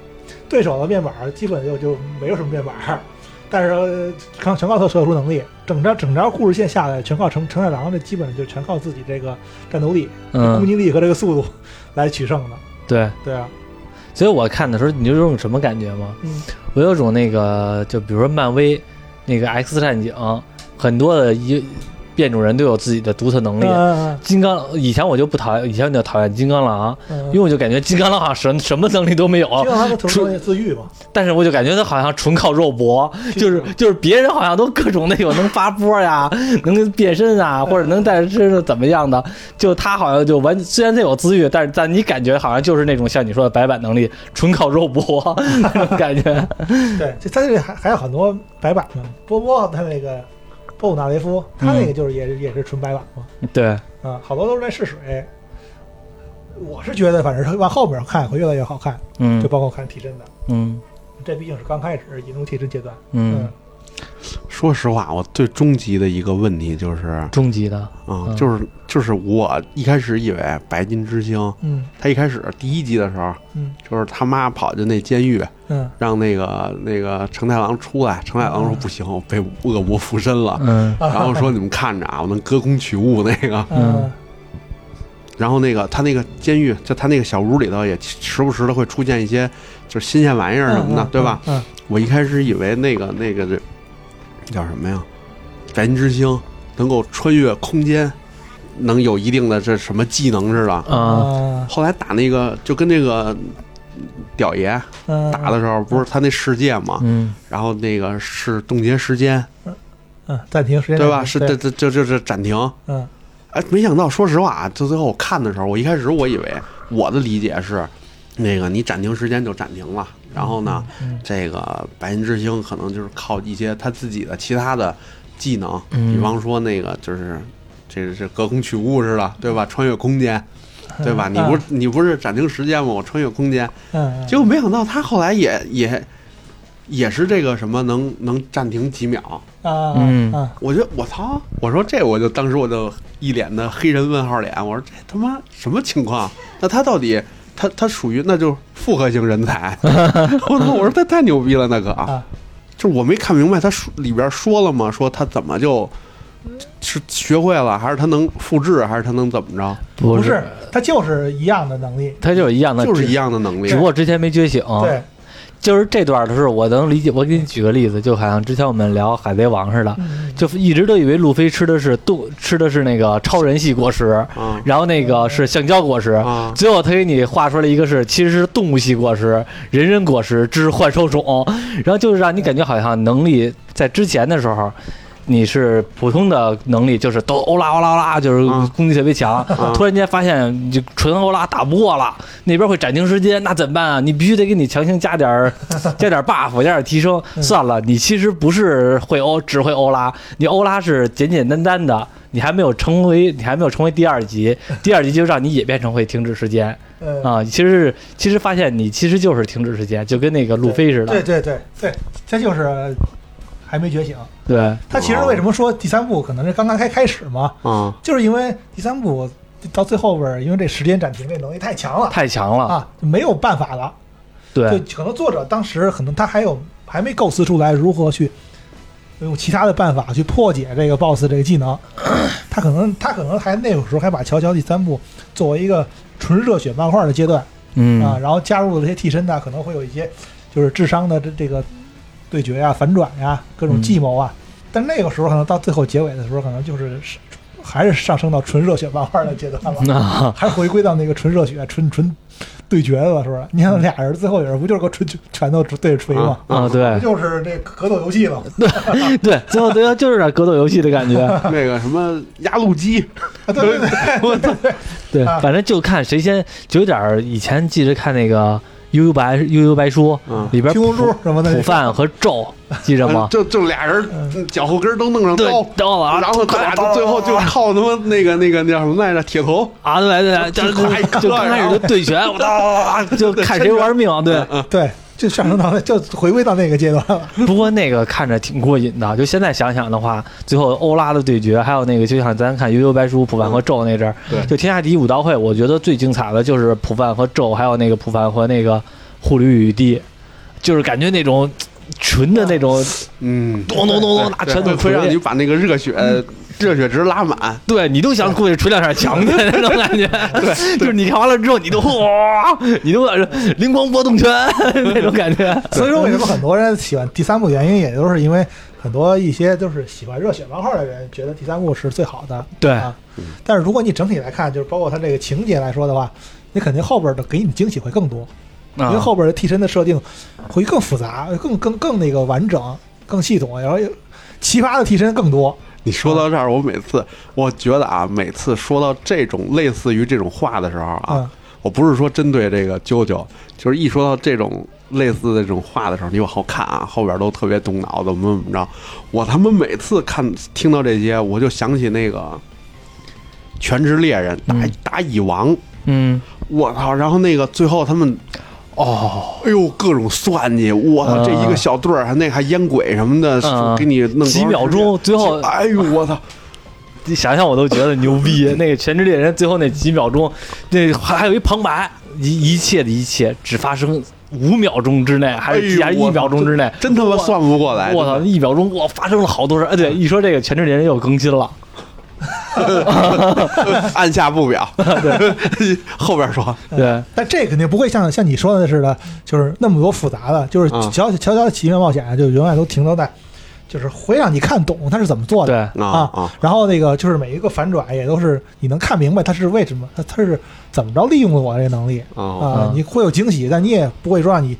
Speaker 3: 对手的面板儿基本就就没有什么面板儿，但是呃靠全靠特特殊能力，整张整张故事线下来全靠成成太郎，这基本就全靠自己这个战斗力、攻
Speaker 1: 嗯
Speaker 3: 击力和这个速度 来取胜的，
Speaker 1: 对，
Speaker 3: 对啊，
Speaker 1: 所以我看的时候你就有种什么感觉吗？
Speaker 3: 嗯，
Speaker 1: 我有种那个就比如说漫威那个 X 战警，很多的一变种人都有自己的独特能力。
Speaker 3: 嗯
Speaker 1: 金刚以前我就不讨厌，以前我就讨厌金刚狼，
Speaker 3: 嗯，
Speaker 1: 因为我就感觉金刚狼好像什么什么能力都没有，
Speaker 3: 就像他们特殊能力自愈嘛，
Speaker 1: 但是我就感觉他好像纯靠肉搏， 就是就是别人好像都各种那种能发波呀，能变身啊，或者能带着身上怎么样的，就他好像就完，虽然他有自愈，但是但你感觉好像就是那种像你说的白板能力，纯靠肉搏那种感觉。
Speaker 3: 对，这他这里还还有很多白板嘛，波波他那个波普纳雷夫，他那个
Speaker 1: 嗯
Speaker 3: 就是也、也是纯白板嘛，
Speaker 1: 对，
Speaker 3: 啊，好多都是在试水。我是觉得，反正往后面看会越来越好看，就
Speaker 1: 嗯
Speaker 3: 包括看替身的，
Speaker 1: 嗯
Speaker 3: 这毕竟是刚开始引入替身阶段。
Speaker 1: 嗯，，
Speaker 2: 说实话，我最终极的一个问题就是啊、
Speaker 1: 终极的，嗯
Speaker 2: 就是就是我一开始以为白金之星，
Speaker 3: 嗯
Speaker 2: 他一开始第一集的时候，
Speaker 3: 嗯
Speaker 2: 就是他妈跑进那监狱，
Speaker 3: 嗯
Speaker 2: 让那个那个成太郎出来，成太郎说不行，我被恶魔附身了。
Speaker 1: 嗯
Speaker 3: 啊
Speaker 2: 然后说你们看着啊，我能隔空取物那个。
Speaker 1: 嗯
Speaker 3: 嗯
Speaker 2: 然后那个他那个监狱，就他那个小屋里头也时不时的会出现一些就是新鲜玩意儿什么的，对吧？？
Speaker 3: 嗯
Speaker 2: 我一开始以为那个那个这叫什么呀？白银之星能够穿越空间，能有一定的这什么技能似的。
Speaker 1: 啊
Speaker 3: 啊
Speaker 2: 后来打那个就跟那个屌爷
Speaker 3: 嗯
Speaker 2: 打的时候，不是他那世界嘛，
Speaker 1: 嗯
Speaker 2: 然后那个是冻结时间，
Speaker 3: 嗯暂停时间
Speaker 2: 对吧？是这
Speaker 3: 对
Speaker 2: 这这这这暂停。
Speaker 3: 嗯
Speaker 2: 哎，没想到，说实话啊，就最后我看的时候，我一开始我以为我的理解是，那个你暂停时间就暂停了，然后呢，
Speaker 3: 嗯
Speaker 2: 这个白银之星可能就是靠一些他自己的其他的技能，
Speaker 1: 嗯
Speaker 2: 比方说那个就是这这隔空取物似的，对吧？穿越空间，对吧？你不是你不是暂停时间吗？我穿越空间，
Speaker 3: 嗯
Speaker 2: 结果没想到他后来也也也是这个什么能能暂停几秒，
Speaker 3: 啊啊
Speaker 2: 我就我操！我说这我就当时我就一脸的黑人问号脸，我说这他妈什么情况？那他到底他他属于那就是复合型人才？ 我操！我说他太牛逼了，那可、
Speaker 3: 啊
Speaker 2: 就是我没看明白他说里边说了吗？说他怎么就是学会了，还是他能复制，还是他能怎么着？
Speaker 1: 不
Speaker 3: 不是，他就是一样的能力，
Speaker 1: 他就是一样的，
Speaker 2: 就是一，样的能力
Speaker 1: 只不。过之前没觉醒。
Speaker 3: 对，
Speaker 1: 就是这段的时候，我能理解。我给你举个例子，就好像之前我们聊《海贼王》似
Speaker 3: 嗯
Speaker 1: 的，就一直都以为路飞吃的是动，吃的是那个超人系果实，
Speaker 2: 啊
Speaker 1: 然后那个是橡胶果实，
Speaker 2: 啊！
Speaker 1: 最后他给你画出来一个是其实是动物系果实、人参果实之幻兽种，然后就是让你感觉好像能力在之前的时候。你是普通的能力，就是都欧拉欧拉欧拉，就是
Speaker 2: 嗯
Speaker 1: 攻击特别强。
Speaker 2: 嗯
Speaker 3: 啊
Speaker 1: 突然间发现你就纯欧拉打不过了，那边会暂停时间，那怎么办啊？你必须得给你强行加点 儿加点儿 buff，加点儿提升。
Speaker 3: 嗯
Speaker 1: 算了，你其实不是会欧，只会欧拉，你欧拉是简简单单的，你还没有成为，你还没有成为第二 集，第二集就让你也变成会停止时间
Speaker 3: 嗯
Speaker 1: 啊。其实是，其实发现你其实就是停止时间，就跟那个路飞似的，
Speaker 3: 对对对对，他就是还没觉醒。
Speaker 1: 对
Speaker 3: 他其实为什么说第三部可能是刚刚开开始嘛，
Speaker 2: 啊，
Speaker 3: 就是因为第三部到最后边儿，因为这时间暂停这能力太强了
Speaker 1: 太强了，
Speaker 3: 啊，就没有办法了。就
Speaker 1: 对
Speaker 3: 可能作者当时可能他还有还没构思出来如何去用其他的办法去破解这个 BOSS 这个技能，他可能他可能还那个时候还把《乔乔》第三部作为一个纯热血漫画的阶段啊，
Speaker 1: 嗯，
Speaker 3: 然后加入了这些替身呐，可能会有一些就是智商的这这个对决呀、反转呀、各
Speaker 1: 嗯
Speaker 3: 种计谋啊，但那个时候可能到最后结尾的时候，可能就是是还是上升到纯热血漫画的阶段了。
Speaker 1: 那
Speaker 3: 还回归到那个纯热血、纯纯对决了，是不是？你看俩人最后也是不就是个纯拳头对着锤吗？
Speaker 1: 嗯啊，
Speaker 3: 不
Speaker 1: 对
Speaker 3: 就是这格斗游戏了吗？
Speaker 1: 对，最后对，就是有点格斗游戏的感觉，
Speaker 2: 那个什么压路机，
Speaker 3: 啊，对对对，
Speaker 2: 我操，
Speaker 1: 对
Speaker 3: 啊，
Speaker 1: 反正就看谁先，就有点儿以前记着看那个悠悠白悠悠白书
Speaker 2: 嗯
Speaker 1: 里边
Speaker 3: 七龙珠
Speaker 1: 普
Speaker 3: 什么的
Speaker 1: 普饭和纣，记着吗？
Speaker 2: 呃就就俩人
Speaker 3: 嗯
Speaker 2: 脚后跟儿都弄上
Speaker 1: 对
Speaker 2: 刀，，
Speaker 1: 到了啊，
Speaker 2: 哎然后他俩就最后就靠他妈那个那个那叫什么来着铁头，
Speaker 1: 啊，对对对，就就刚开始就对拳，我
Speaker 2: 啊
Speaker 1: 操，就看谁玩命。对，
Speaker 2: 嗯
Speaker 3: 对，就上升到那就回归到那个阶段了。
Speaker 1: 不过那个看着挺过瘾的，就现在想想的话，最后欧拉的对决，还有那个就像咱看《悠悠白书》普凡和纣那阵儿，
Speaker 2: 对
Speaker 1: 就天下第一武道会，我觉得最精彩的就是普凡和纣，还有那个普凡和那个护驴与帝，就是感觉那种纯的那种
Speaker 2: 嗯，
Speaker 1: 咚咚咚咚拿拳头
Speaker 2: 会
Speaker 1: 锤
Speaker 2: 让你把那个热血热血值拉满，
Speaker 1: 对你都想过去捶两下墙去那种感觉，对， 就是你看完了之后，你都哇，你都灵光波动拳 那种感觉，
Speaker 3: 所以说，为什么很多人喜欢第三部，原因也都是因为很多一些就是喜欢热血漫画的人觉得第三部是最好的。
Speaker 1: 对
Speaker 2: 哎
Speaker 3: 啊，
Speaker 2: 嗯
Speaker 3: 但是如果你整体来看，就是包括它这个情节来说的话，你肯定后边的给你的惊喜会更多。
Speaker 1: 啊
Speaker 2: 啊
Speaker 3: 因为后边的替身的设定会更复杂，更更更那个完整，更系统，然后也奇葩的替身更多。
Speaker 2: 你说到这儿，我每次我觉得啊，每次说到这种类似于这种话的时候啊，
Speaker 3: 嗯
Speaker 2: 我不是说针对这个啾啾，就是一说到这种类似的这种话的时候，你往后看啊，后边都特别动脑子，怎么怎么着。我他妈每次看听到这些，我就想起那个《全职猎人》打、
Speaker 1: 嗯
Speaker 2: 打蚁王，
Speaker 1: 嗯，
Speaker 2: 我操！然后那个最后他们。
Speaker 1: 哦，
Speaker 2: 哎呦，各种算计，我操！
Speaker 1: 啊
Speaker 2: 这一个小队儿，还那还烟鬼什么的，
Speaker 1: 啊
Speaker 2: 给你弄多长时
Speaker 1: 几
Speaker 2: 间
Speaker 1: 秒钟，最后
Speaker 2: 哎呦，我操！
Speaker 1: 你想想我都觉得牛 逼。那个《全职猎人》最后那几秒钟，那还还有一旁白，一一切的一切只发生五秒钟之内，还
Speaker 2: 哎
Speaker 1: 是
Speaker 2: 呦
Speaker 1: 还是一
Speaker 2: 我操
Speaker 1: 秒钟之内。
Speaker 2: 真他妈算不过来！
Speaker 1: 我操！一秒钟哇，发生了好多事儿。哎，对，一说这个《全职猎人》又更新了，
Speaker 2: 真的，按下不表。后边说，
Speaker 1: 对，
Speaker 3: 但这肯定不会像像你说的似的，就是那么多复杂的，就是
Speaker 2: 嗯
Speaker 3: 小小小小的奇妙冒险啊就永远都停留在，就是会让你看懂它是怎么做的。
Speaker 1: 对
Speaker 2: 啊
Speaker 3: 啊，然后那个就是每一个反转也都是你能看明白它是为什么，它它是怎么着利用了我这个能力
Speaker 2: 啊！
Speaker 3: 啊
Speaker 1: 嗯，
Speaker 3: 你会有惊喜，但你也不会说让你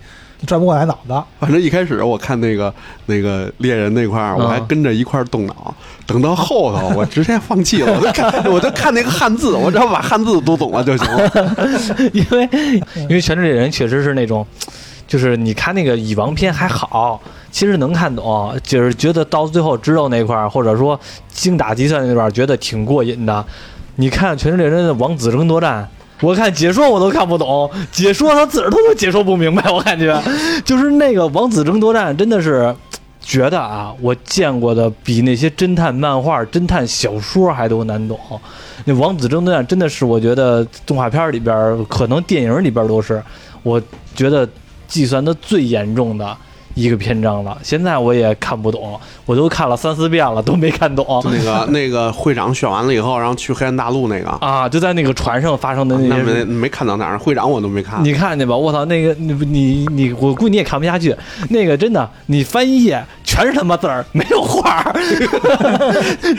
Speaker 3: 转不过来脑子。
Speaker 2: 反正一开始我看那个那个猎人那块儿，
Speaker 1: 嗯
Speaker 2: 我还跟着一块儿动脑。等到后头，我直接放弃了，我就看我就看那个汉字，我只要把汉字读懂了就行了。
Speaker 1: 因为因为《全职猎人》确实是那种，就是你看那个蚁王篇还好，其实能看懂，就是觉得到最后知道那块儿，或者说精打细算那段儿，觉得挺过瘾的。你看《全职猎人》的王子争夺战。我看解说我都看不懂，解说他自个儿他都解说不明白，我感觉就是那个王子争夺战真的是觉得啊，我见过的比那些侦探漫画、侦探小说还都难懂。那《王子争夺战》真的是，我觉得动画片里边儿，可能电影里边儿都是，我觉得计算的最严重的一个篇章了。现在我也看不懂，我都看了三四遍了，都没看懂
Speaker 2: 就那个那个会长选完了以后，然后去黑暗大陆那个，
Speaker 1: 啊！就在那个船上发生的啊那
Speaker 2: 那
Speaker 1: 些
Speaker 2: 没
Speaker 1: 事。
Speaker 2: 没看到哪儿，会长我都没看。
Speaker 1: 你看去吧，我操，那个你你你，我估计你也看不下去。那个真的，你翻一页全是他妈字儿，没有画儿，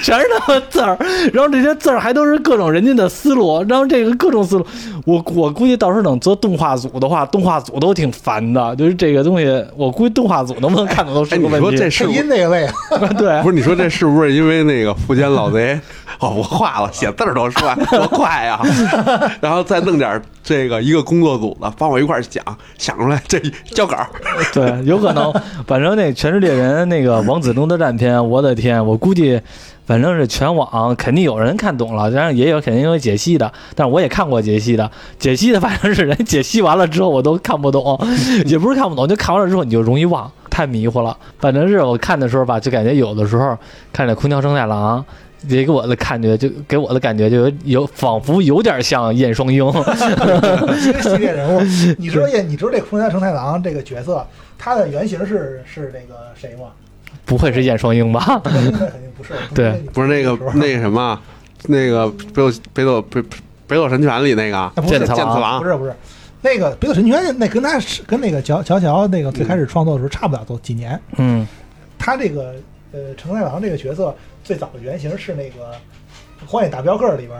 Speaker 1: 全是他妈字儿。然后这些字儿还都是各种人家的思路，然后这个各种思路，我我估计到时候等做动画组的话，动画组都挺烦的。就是这个东西，我估计动画组能不能看懂都
Speaker 2: 哎，
Speaker 1: 是个
Speaker 2: 你
Speaker 1: 问
Speaker 2: 说
Speaker 1: 题。
Speaker 2: 这是
Speaker 3: 配
Speaker 2: 不
Speaker 3: 音那个类啊，
Speaker 1: 对
Speaker 2: 不，是你说这是不是因为那个福建老贼？哦，我画了，写字儿都帅，多快呀！ 然后再弄点儿这个一个工作组的，帮我一块儿想想出来这交稿儿。
Speaker 1: 对，有可能。反正那《全职猎人》那个《王子争夺战》篇，我的天，我估计反正是全网肯定有人看懂了，当然也有肯定有解析的，但是我也看过解析的，解析的反正是人解析完了之后我都看不懂， 也不是看不懂，就看完了之后你就容易忘， 太迷糊了。反正是我看的时候吧，就感觉有的时候看这空调生太郎。也给我的感觉，就给我的感觉就有有仿佛有点像燕双鹰，
Speaker 3: 一个系 列人物。你知道叶，你知道这空间成太郎这个角色，他的原型是是那个谁吗？
Speaker 1: 不会是燕双鹰吧？
Speaker 3: 应该肯定不是，
Speaker 1: 对
Speaker 2: 不是那个那个什么，那个北斗北斗北北斗神拳里那个
Speaker 3: 啊不是
Speaker 1: 剑次
Speaker 2: 剑次
Speaker 1: 郎
Speaker 2: 郎
Speaker 3: 不，是不是，那个《北斗神拳》那跟他是跟那个乔乔乔那个最开始创作的时候差不了多几年。
Speaker 1: 嗯，
Speaker 3: 他这个呃成太郎这个角色最早的原型是那个《荒野大镖客》里边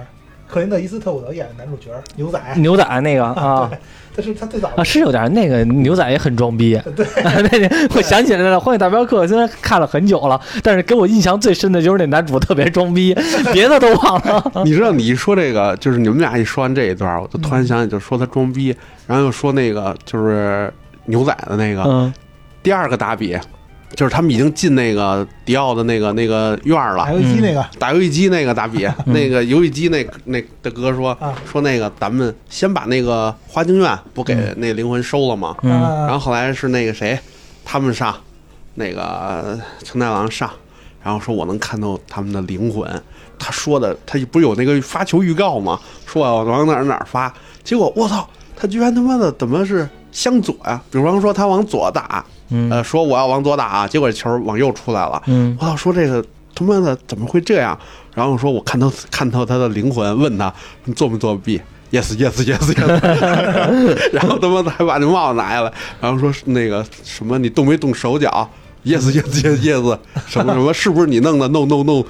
Speaker 3: 克林特·伊斯特伍德演的男主角牛仔，
Speaker 2: 嗯
Speaker 1: 牛仔那个啊
Speaker 3: 这是他最早的
Speaker 1: 啊是有点那个牛仔也很装逼，
Speaker 3: 对，
Speaker 1: 那个我想起来了，《荒野大镖客》虽然看了很久了，但是给我印象最深的就是那男主特别装 逼，别的都忘了。
Speaker 2: 你知道你一说这个，就是你们俩一说完这一段，我就突然想起，就说他装逼，然后又说那个就是牛仔的那个
Speaker 1: 嗯，
Speaker 2: 第二个打比，就是他们已经进那个迪奥的那个那个院儿了
Speaker 3: 打。游戏机那个。
Speaker 2: 打游戏机那个打比，那个游戏机那那的哥说
Speaker 3: 啊
Speaker 2: 说那个咱们先把那个花京院不给那灵魂收了吗？
Speaker 1: 嗯
Speaker 2: 然
Speaker 3: 啊
Speaker 2: 后后来是那个谁，他们上，那个呃成太郎上，然后说我能看到他们的灵魂。他说的，他不是有那个发球预告吗？说我要往哪儿哪儿发，结果我操，他居然他妈的怎么是向左呀、比方说他往左打，
Speaker 1: 嗯
Speaker 2: 呃，说我要往左打啊，结果球往右出来了。
Speaker 1: 嗯
Speaker 2: 我操，说这个他妈的怎么会这样？然后说我看到看到他的灵魂，问他你作没作弊？Yes Yes Yes Yes 。 然后他妈的还把那帽子拿下来，然后说是那个什么你动没动手脚？Yes Yes Yes Yes 什么什么是不是你弄的？No No No。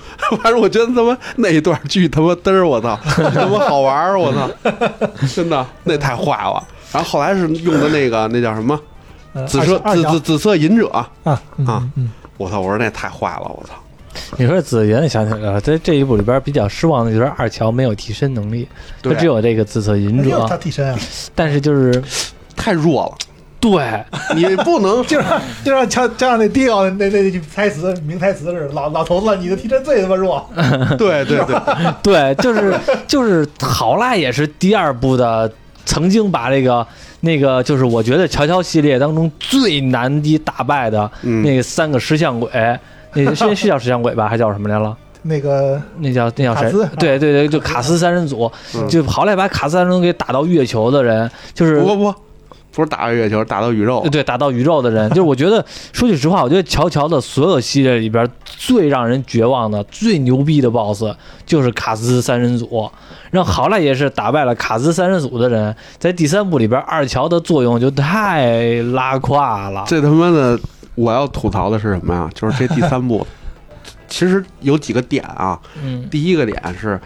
Speaker 2: 反 正我觉得他妈那一段巨他妈嘚儿，我操，巨他妈好玩儿，我操，真的那太坏了。然后后来是用的那个那叫什么
Speaker 3: 嗯
Speaker 2: 紫
Speaker 3: 二
Speaker 2: 色
Speaker 3: 二
Speaker 2: 紫
Speaker 3: 小
Speaker 2: 紫紫色隐者，
Speaker 3: 啊嗯嗯，
Speaker 2: 我操！我说那太坏了，我操！
Speaker 1: 你说紫云想起来了，在这一部里边比较失望的就是二乔没有替身能力，他
Speaker 2: 对
Speaker 1: 只有这个自测隐
Speaker 3: 没有他
Speaker 1: 者，
Speaker 3: 替身啊，
Speaker 1: 但是就是
Speaker 2: 太弱了，
Speaker 1: 对
Speaker 2: 你不能
Speaker 3: 就让就让就就让那迪奥那那那句台词名台词似的，老老头子，你的替身最他妈弱，
Speaker 2: 对对对，
Speaker 1: 对，就是就是好赖也是第二部的，曾经把这个那个就是我觉得乔乔系列当中最难以打败的
Speaker 2: 嗯
Speaker 1: 那三个石像鬼，那是是叫石像鬼吧，还叫什么来了？
Speaker 3: 那个
Speaker 1: 那叫那叫
Speaker 3: 卡
Speaker 1: 谁
Speaker 3: 斯？嗯
Speaker 1: 对对对，就卡斯三人组，
Speaker 2: 嗯
Speaker 1: 就好赖把卡斯三人组给打到月球的人，就是
Speaker 2: 不不不，不是打到月球，是打到宇宙
Speaker 1: 呃。对，打到宇宙的人，就是我觉得，说句实话，我觉得乔乔的所有系列里边最让人绝望的、最牛逼的 BOSS 就是卡兹三人组，让好赖也是打败了卡兹三人组的人，在第三部里边，二乔的作用就太拉胯了。
Speaker 2: 这他妈的，我要吐槽的是什么呀？就是这第三部，其实有几个点啊。
Speaker 1: 嗯
Speaker 2: 第一个点是，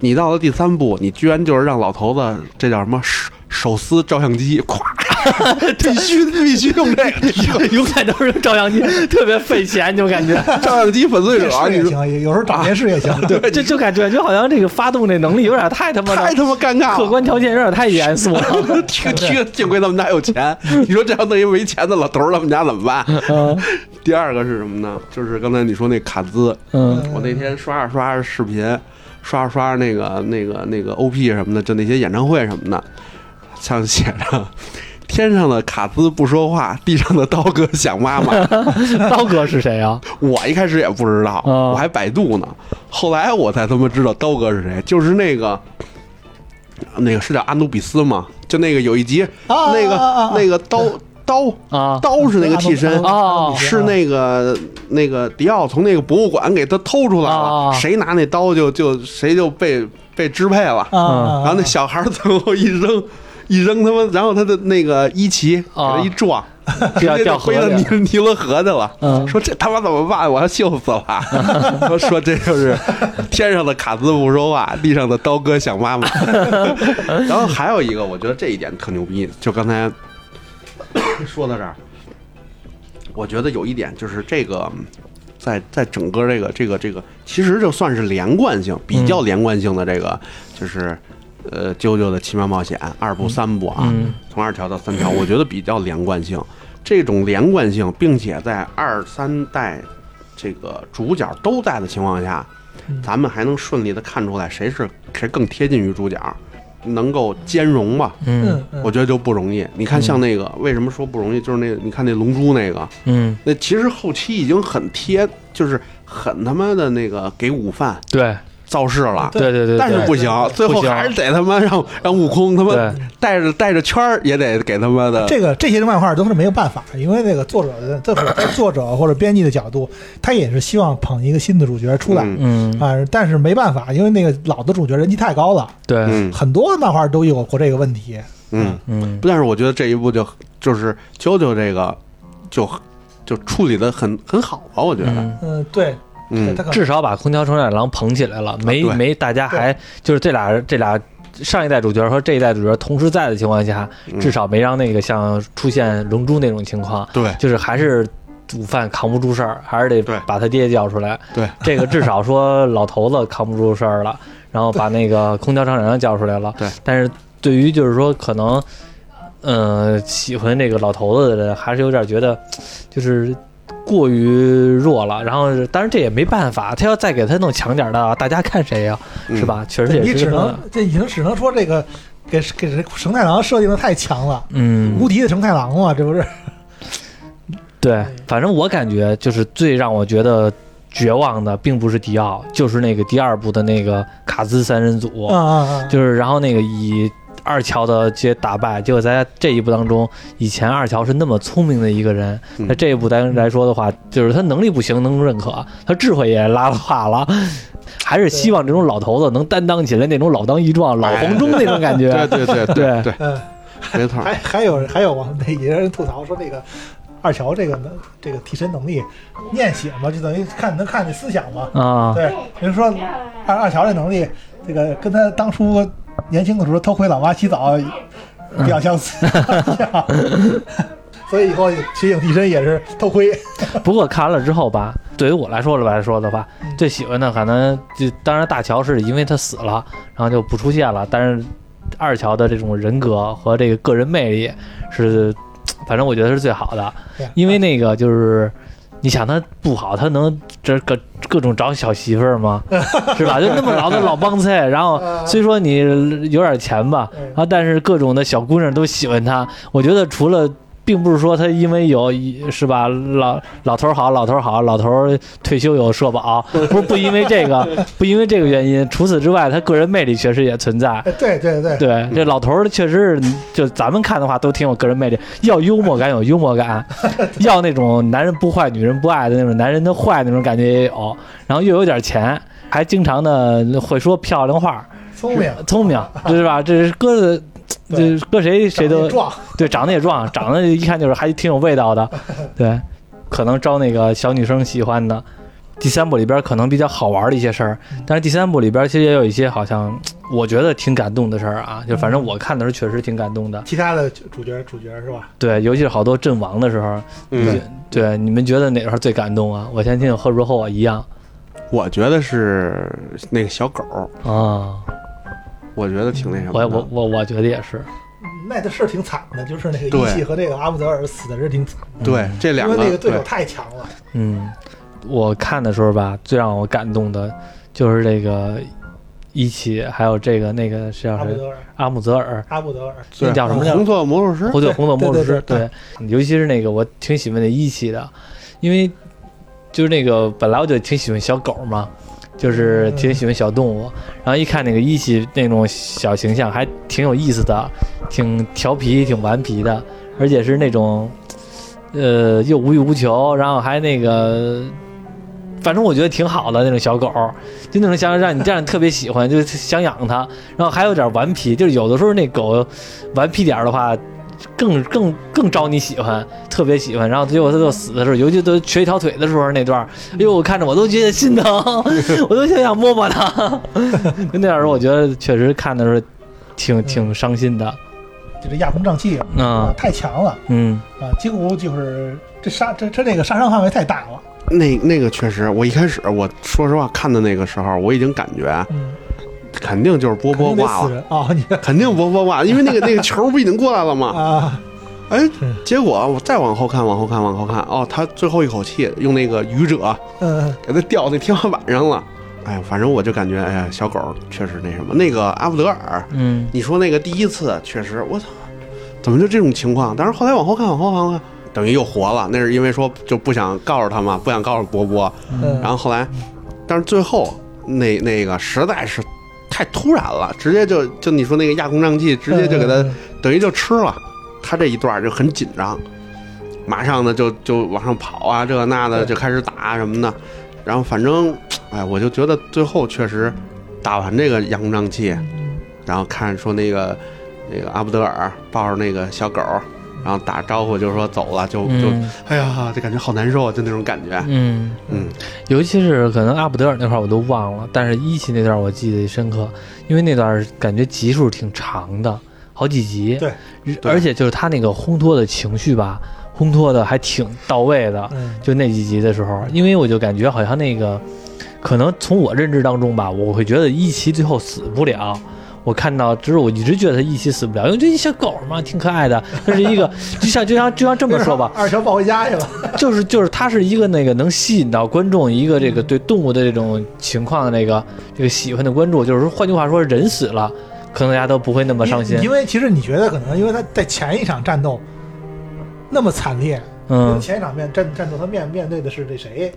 Speaker 2: 你到了第三部，你居然就是让老头子这叫什么手手撕照相机， 咵，必须必须用这个
Speaker 1: 永远都是 照相机，特别费钱，就感觉，
Speaker 2: 照相机粉碎
Speaker 3: 电
Speaker 2: 者啊！
Speaker 3: 视
Speaker 2: 你
Speaker 3: 也
Speaker 2: 说
Speaker 3: 行，有有时候找电视也行，
Speaker 1: 就就感觉就好像这个发动这能力有点太他妈
Speaker 2: 太
Speaker 1: 的，
Speaker 2: 他妈尴尬
Speaker 1: 客
Speaker 2: 了。
Speaker 1: 观条件有点太严肃了。
Speaker 2: 听听，幸亏他们家有钱。你说这要弄一没钱的老头儿，他们家怎么办？
Speaker 1: 嗯
Speaker 2: 第二个是什么呢？就是刚才你说那卡兹，
Speaker 1: 嗯
Speaker 2: 我那天刷着刷着视频，刷着刷着那个那个那个 OP 什么的，就那些演唱会什么的，上写着 “天上的卡兹不说话，地上的刀哥想妈妈”。
Speaker 1: 刀哥是谁啊？
Speaker 2: 我一开始也不知道，
Speaker 1: 啊
Speaker 2: 我还百度呢，后来我才他妈知道刀哥是谁，就是那个。那个是叫阿努比斯吗？就那个有一集，
Speaker 3: 啊
Speaker 2: 那个、
Speaker 3: 啊啊啊
Speaker 2: 那个刀刀
Speaker 1: 啊，
Speaker 2: 刀是那个替身，
Speaker 3: 啊
Speaker 1: 哦
Speaker 2: 是那个那个迪奥从那个博物馆给他偷出来
Speaker 1: 哦
Speaker 3: 啊
Speaker 2: 了，谁拿那刀就就谁就被被支配了。
Speaker 3: 啊，
Speaker 2: 然后那小孩儿最后一扔，一扔他妈，然后他的那个伊奇给
Speaker 3: 啊
Speaker 2: 他一撞，直
Speaker 1: 掉
Speaker 2: 接
Speaker 1: 掉
Speaker 2: 就
Speaker 1: 河
Speaker 2: 飞
Speaker 1: 里
Speaker 2: 到
Speaker 1: 了
Speaker 2: 尼尼罗河去了。
Speaker 1: 嗯
Speaker 2: 说这他妈怎么办？我要秀死了。说说这就是天上的卡兹不说话，地上的刀哥想妈妈。 然后还有一个，我觉得这一点特牛逼，就刚才说到这儿，我觉得有一点就是这个。在在整个这个这个这个，其实就算是连贯性比较连贯性的这个，就是呃《啾啾的奇妙冒险》二部、三部啊，
Speaker 1: 嗯
Speaker 2: 从二条到三条，我觉得比较连贯性。这种连贯性，并且在二三代这个主角都在的情况下，
Speaker 3: 嗯
Speaker 2: 咱们还能顺利的看出来谁是谁更贴近于主角，能够兼容吧？
Speaker 1: 嗯
Speaker 3: 嗯嗯，
Speaker 2: 我觉得就不容易。你看，
Speaker 1: 嗯
Speaker 2: 像那个为什么说不容易，就是那个你看那龙珠那个，
Speaker 1: 嗯，
Speaker 2: 那其实后期已经很贴，就是很他妈的那个给午饭
Speaker 1: 对
Speaker 2: 造势了。
Speaker 1: 对对对，
Speaker 2: 但是
Speaker 1: 对
Speaker 2: 不行，最后
Speaker 1: 不行
Speaker 2: 还是得他妈让让悟空他妈
Speaker 1: 对
Speaker 2: 带着带着圈儿也得给他妈的，
Speaker 3: 这个这些漫画都是没有办法，因为那个作者 的，这是作者或者编辑的角度，他也是希望捧一个新的主角出来、
Speaker 2: 嗯
Speaker 1: 嗯
Speaker 3: 啊，但是没办法，因为那个老的主角人气太高了，
Speaker 1: 对
Speaker 2: 嗯
Speaker 3: 很多漫画都有过这个问题。
Speaker 2: 嗯。
Speaker 1: 嗯
Speaker 2: 但是我觉得这一部就就是啾啾这个就就处理的很很好吧，我觉得，
Speaker 1: 嗯。
Speaker 3: 嗯，对，
Speaker 2: 嗯
Speaker 3: 他可
Speaker 1: 至少把空调承载郎捧起来了，没、
Speaker 2: 啊对
Speaker 1: 没大家还就是这俩这俩上一代主角和这一代主角同时在的情况下，
Speaker 2: 嗯
Speaker 1: 至少没让那个像出现龙珠那种情况，
Speaker 2: 对
Speaker 1: 就是还是午饭扛不住事儿，还是得
Speaker 2: 对
Speaker 1: 把他爹叫出来。
Speaker 2: 对，
Speaker 1: 这个至少说老头子扛不住事儿了，然后把那个空调厂长叫出来了。
Speaker 2: 对，
Speaker 1: 但是对于就是说可能，呃，喜欢这个老头子的人，还是有点觉得，就是。过于弱了，然后当然这也没办法，他要再给他弄强点儿的，大家看谁呀、啊
Speaker 2: 嗯
Speaker 1: 是吧？确实也
Speaker 3: 你
Speaker 1: 是
Speaker 3: 只
Speaker 1: 这样
Speaker 3: 能
Speaker 1: 的，
Speaker 3: 这已经只能说这个给给谁成太郎设定的太强了，
Speaker 1: 嗯，
Speaker 3: 无敌的成太郎嘛，这不是？
Speaker 1: 对，反正我感觉就是最让我觉得绝望的，并不是迪奥，就是那个第二部的那个卡兹三人组，
Speaker 3: 啊啊啊！
Speaker 1: 就是然后那个以二乔的这些打败，结果在这一部当中，以前二乔是那么聪明的一个人，
Speaker 2: 嗯
Speaker 1: 那这一部单来说的话，就是他能力不行，能认可，他智慧也拉垮了， 还是希望这种老头子能担当起来那种老当益壮、老黄忠那种感觉。
Speaker 2: 哎 对对 对
Speaker 1: 对哎
Speaker 2: 对，
Speaker 3: 嗯，
Speaker 2: 没错
Speaker 3: 还，还有还有网那也有人吐槽说那个二乔这个能这个替身能力念写嘛，就等于看能看见思想嘛。
Speaker 1: 啊，
Speaker 3: 对，人说二二乔这能力，这个跟他当初年轻的时候偷窥老妈洗澡比较相似， 所以以后取景替身也是偷窥。
Speaker 1: 不过看完了之后吧，对于我来说来说的话，最喜欢的可能就当然大乔是因为他死了，然后就不出现了，但是二乔的这种人格和这个个人魅力是，反正我觉得是最好的，
Speaker 3: 对
Speaker 1: 因为那个就是。你想他不好，他能这各各种找小媳妇儿吗？是吧？就那么老的老帮菜，然后
Speaker 3: 嗯
Speaker 1: 虽说你有点钱吧，
Speaker 3: 嗯
Speaker 1: 然后啊但是各种的小姑娘都喜欢他。我觉得除了并不是说他因为有是吧老老头儿好，老头儿好，老头儿退休有社保，不是不因为这个，不因为这个原因。除此之外，他个人魅力确实也存在。
Speaker 3: 哎对对对，
Speaker 1: 对，这老头儿确实是，就咱们看的话都挺有个人魅力，要幽默感有幽默感，要那种男人不坏女人不爱的那种男人的坏那种感觉也有，然后又有点钱，还经常的会说漂亮话儿，
Speaker 3: 聪明，
Speaker 1: 聪 明，是吧？这是搁着这
Speaker 3: 对
Speaker 1: 搁谁谁
Speaker 3: 长得
Speaker 1: 都
Speaker 3: 也壮，
Speaker 1: 对，长得也壮，长得一看就是还挺有味道 的，对，可能招那个小女生喜欢的。第三部里边可能比较好玩的一些事儿，
Speaker 3: 嗯
Speaker 1: 但是第三部里边其实也有一些好像我觉得挺感动的事儿啊，就
Speaker 3: 嗯
Speaker 1: 反正我看的时候确实挺感动的。
Speaker 3: 其他的主角主角是吧？
Speaker 1: 对，尤其是好多阵亡的时候，
Speaker 2: 嗯，
Speaker 1: 对，你们觉得哪块儿最感动啊？我相信和如和我一样
Speaker 2: 我觉得是那个小狗，
Speaker 1: 啊，
Speaker 2: 我觉得挺那什么
Speaker 1: 我
Speaker 2: 的，
Speaker 1: 我我我觉得也是，
Speaker 3: 那个是挺惨的，就是那个
Speaker 2: 对
Speaker 3: 伊气和这个阿布德尔死的是挺惨，
Speaker 2: 对这两
Speaker 3: 因为那个对手
Speaker 2: 对
Speaker 3: 太强了。
Speaker 1: 嗯，我看的时候吧，最让我感动的就是这个一起，还有这个那个是叫
Speaker 3: 阿布
Speaker 1: 谁？
Speaker 3: 德尔，
Speaker 1: 阿姆泽尔，
Speaker 3: 阿布德尔，
Speaker 1: 那叫什么
Speaker 2: 对
Speaker 1: 叫
Speaker 2: 红色魔术师，
Speaker 1: 红对
Speaker 3: 对
Speaker 1: 红色魔术师，
Speaker 3: 对对
Speaker 1: 尤其是那个我挺喜欢那一期的，因为就是那个本来我就挺喜欢小狗嘛，就是挺喜欢小动物，然后一看那个一期那种小形象还挺有意思的，挺调皮、挺顽皮的，而且是那种呃又无欲无求，然后还那个。反正我觉得挺好的那种小狗，就那种想让你这样特别喜欢，就想养它，然后还有点顽皮，就是有的时候那狗顽皮点儿的话，更更更招你喜欢，特别喜欢。然后结果他就死的时候，尤其都瘸一条腿的时候那段儿，哎呦，我看着我都觉得 心疼，我都想想摸摸他。就那段儿，我觉得确实看的时候挺挺伤心的。
Speaker 3: 就是亚空瘴气啊、
Speaker 1: 嗯
Speaker 3: 太强了
Speaker 1: 嗯
Speaker 3: 啊！几乎就是这杀这这这个杀伤范围太大了，
Speaker 2: 那那个确实，我一开始我说实话看的那个时候，我已经感觉
Speaker 3: 嗯，
Speaker 2: 肯定就是波波
Speaker 3: 肯定得
Speaker 2: 挂
Speaker 3: 死
Speaker 2: 了，
Speaker 3: 人啊！你
Speaker 2: 肯定波波挂，因为那个那个球不已经过来了吗？
Speaker 3: 啊，
Speaker 2: 哎，结果我再往后看，往后看，往后看，哦，他最后一口气用那个愚者
Speaker 3: 嗯，
Speaker 2: 给它掉那天花板上了。哎，反正我就感觉，哎呀，小狗确实那什么。那个阿布德尔，
Speaker 1: 嗯，
Speaker 2: 你说那个第一次确实，我操，怎么就这种情况？但是后来往后看，往后看往后看，等于又活了。那是因为说就不想告诉他嘛，不想告诉波波。
Speaker 3: 嗯
Speaker 2: 然后后来，但是最后那那个实在是太突然了，直接就就你说那个亚空瘴气，直接就给它
Speaker 3: 嗯
Speaker 2: 等于就吃了。他这一段就很紧张，马上呢就就往上跑啊，这那的
Speaker 3: 对
Speaker 2: 就开始打什么的。然后反正，哎，我就觉得最后确实打完这个亚空瘴气，
Speaker 3: 嗯
Speaker 2: 然后看说那个那个阿布德尔抱着那个小狗，
Speaker 3: 嗯
Speaker 2: 然后打招呼就说走了，就就、
Speaker 1: 嗯
Speaker 2: 哎呀，这感觉好难受啊，就那种感觉。
Speaker 1: 嗯，
Speaker 2: 嗯，
Speaker 1: 尤其是可能阿布德尔那块儿我都忘了，但是一期那段我记得深刻，因为那段感觉集数挺长的，好几集。
Speaker 3: 对
Speaker 1: 日，
Speaker 2: 对
Speaker 1: 而且就是他那个烘托的情绪吧，烘托的还挺到位的。
Speaker 3: 嗯
Speaker 1: 就那几集的时候，因为我就感觉好像那个，可能从我认知当中吧，我会觉得一期最后死不了。我看到，就是我一直觉得他一期死不了，因为这一小狗嘛，挺可爱的。它是一个， 就像就像就像这么说吧，
Speaker 3: 二乔抱回家去了。
Speaker 1: 就是就是，它是一个那个能吸引到观众一个这个对动物的这种情况的那个这个喜欢的关注，就是说换句话说，人死了，可能大家都不会那么伤心
Speaker 3: 因。因为其实你觉得可能，因为他在前一场战斗那么惨烈，因为
Speaker 1: 嗯
Speaker 3: 前一场面战战斗他面面对的是那谁，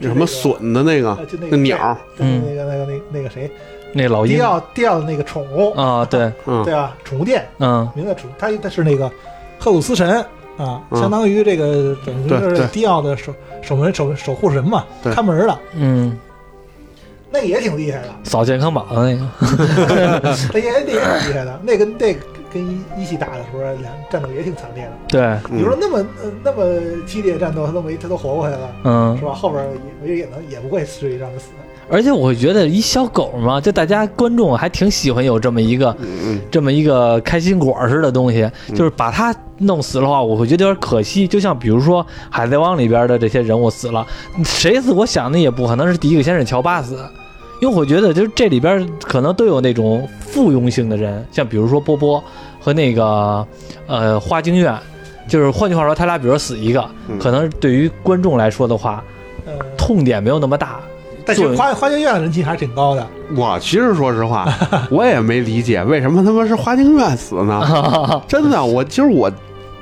Speaker 2: 有什么笋的那
Speaker 3: 呃
Speaker 2: 个
Speaker 3: 就那
Speaker 2: 啊那
Speaker 3: 个
Speaker 2: 鸟，
Speaker 3: 对
Speaker 1: 嗯
Speaker 3: 那个那个那那个谁，
Speaker 1: 那老
Speaker 3: 迪
Speaker 1: 鹰
Speaker 3: 奥迪奥的那个宠物，
Speaker 1: 啊，对，
Speaker 2: 嗯，
Speaker 3: 对吧？宠物店
Speaker 1: 嗯
Speaker 3: 名字宠，他他是那个赫鲁斯神啊，
Speaker 2: 嗯
Speaker 3: 相当于这个等于
Speaker 2: 对
Speaker 3: 是
Speaker 2: 对
Speaker 3: 迪奥的守守门守守护神嘛，
Speaker 2: 对
Speaker 3: 看门的，
Speaker 1: 嗯，
Speaker 3: 那也挺厉害 的，
Speaker 1: 扫健康宝的那个，
Speaker 3: 那也那也挺厉害的，那跟那个跟一一起打的时候，两战斗也挺惨烈的。
Speaker 1: 对，
Speaker 2: 嗯
Speaker 3: 你说那么呃那么激烈战斗，他都没他都活过来了。
Speaker 1: 嗯
Speaker 3: 是，吧？后边也我觉得也能也不会至于让他死。
Speaker 1: 而且我觉得一小狗嘛，就大家观众还挺喜欢有这么一个
Speaker 2: 嗯
Speaker 1: 这么一个开心果似的东西，
Speaker 2: 嗯
Speaker 1: 就是把它弄死的话，我会觉得有点可惜。就像比如说《海贼王》里边的这些人物死了，谁死？我想的也不可能是第一个先是乔巴死，因为我觉得就是这里边可能都有那种附庸性的人，像比如说波波和那个呃花京院，就是换句话说，他俩比如说死一个，
Speaker 2: 嗯
Speaker 1: 可能对于观众来说的话，
Speaker 3: 呃，
Speaker 1: 痛点没有那么大。
Speaker 3: 但是
Speaker 1: 作为
Speaker 3: 花花京院的人气还是挺高的。
Speaker 2: 我其实说实 话，我也没理解为什么他妈是花京院死呢？ 真的，我其实我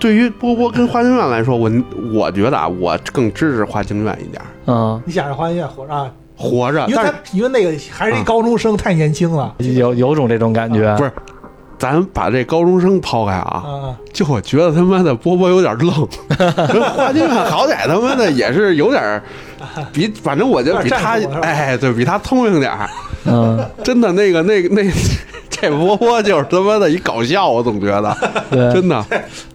Speaker 2: 对于波波跟花京院来说，我我觉得啊，我更支持花京院一点儿，
Speaker 1: 嗯，
Speaker 3: 你想着花京院活着啊？
Speaker 2: 活着。
Speaker 3: 因为
Speaker 2: 但是啊
Speaker 3: 他因为那个还是一高中生，太年轻了
Speaker 1: 有有种这种感觉，
Speaker 2: 不是，咱把这高中生抛开啊，
Speaker 3: 啊。
Speaker 2: 就我觉得他妈的波波有点 愣，跟花京院好歹他妈的也是有点儿比，反正我觉得比他
Speaker 3: 有点战术是吧
Speaker 2: 哎，对比他聪明点儿。
Speaker 1: 嗯，
Speaker 2: 真的，那个那个那这波波就是他妈的一搞笑，我总觉得
Speaker 1: 对，
Speaker 2: 真的。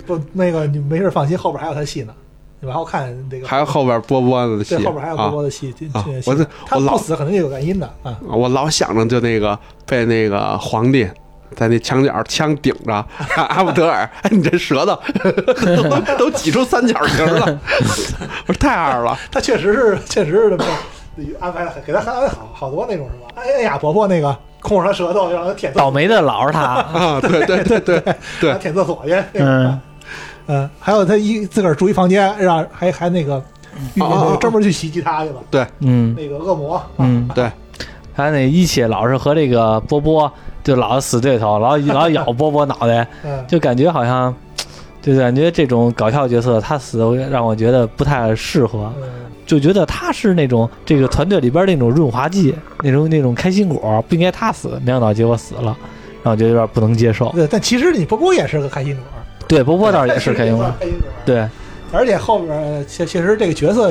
Speaker 3: 不，那个你没事放心，后边还有他戏呢，你往后看这个。
Speaker 2: 还有后边波波的戏，
Speaker 3: 对，后边还有
Speaker 2: 啊
Speaker 3: 波波的戏，进
Speaker 2: 啊
Speaker 3: 进
Speaker 2: 我这
Speaker 3: 他
Speaker 2: 我老
Speaker 3: 不死肯定有原因的啊。
Speaker 2: 我老想着就那个被那个皇帝在那墙角枪顶着，阿阿布德尔，哎，你这舌头 都都挤出三角形了， 我说太二了，
Speaker 3: 他确实是，确实是这么着安排了，给他安排好好多那种什么，哎呀，伯伯那个控制他舌头，就让他舔厕
Speaker 1: 倒
Speaker 3: 所，
Speaker 1: 霉的老是他。
Speaker 2: 啊，对对对对
Speaker 3: 让他
Speaker 2: 对，
Speaker 3: 舔厕所去。那 种
Speaker 1: 嗯，
Speaker 3: 嗯，还有他一自个儿住一房间，让还还那个遇见那
Speaker 2: 哦哦
Speaker 3: 个
Speaker 2: 哦
Speaker 3: 专门去袭击他去了，
Speaker 1: 嗯
Speaker 3: 那个恶魔，
Speaker 1: 嗯，
Speaker 2: 对，
Speaker 1: 还有那一起老是和这个波波就老死对头，老 老咬波波脑袋，
Speaker 3: 嗯，
Speaker 1: 就感觉好像，就感觉这种搞笑角色他死让我觉得不太适合，
Speaker 3: 嗯
Speaker 1: 就觉得他是那种这个团队里边那种润滑剂，那种那种开心果，不应该他死，没想到结果死了，让我觉得有点不能接受。
Speaker 3: 对，但其实你波波也是个开心果，
Speaker 1: 对，波波倒是也是开心果
Speaker 3: 算，开心果，，
Speaker 1: 对，
Speaker 3: 而且后边儿确确实这个角色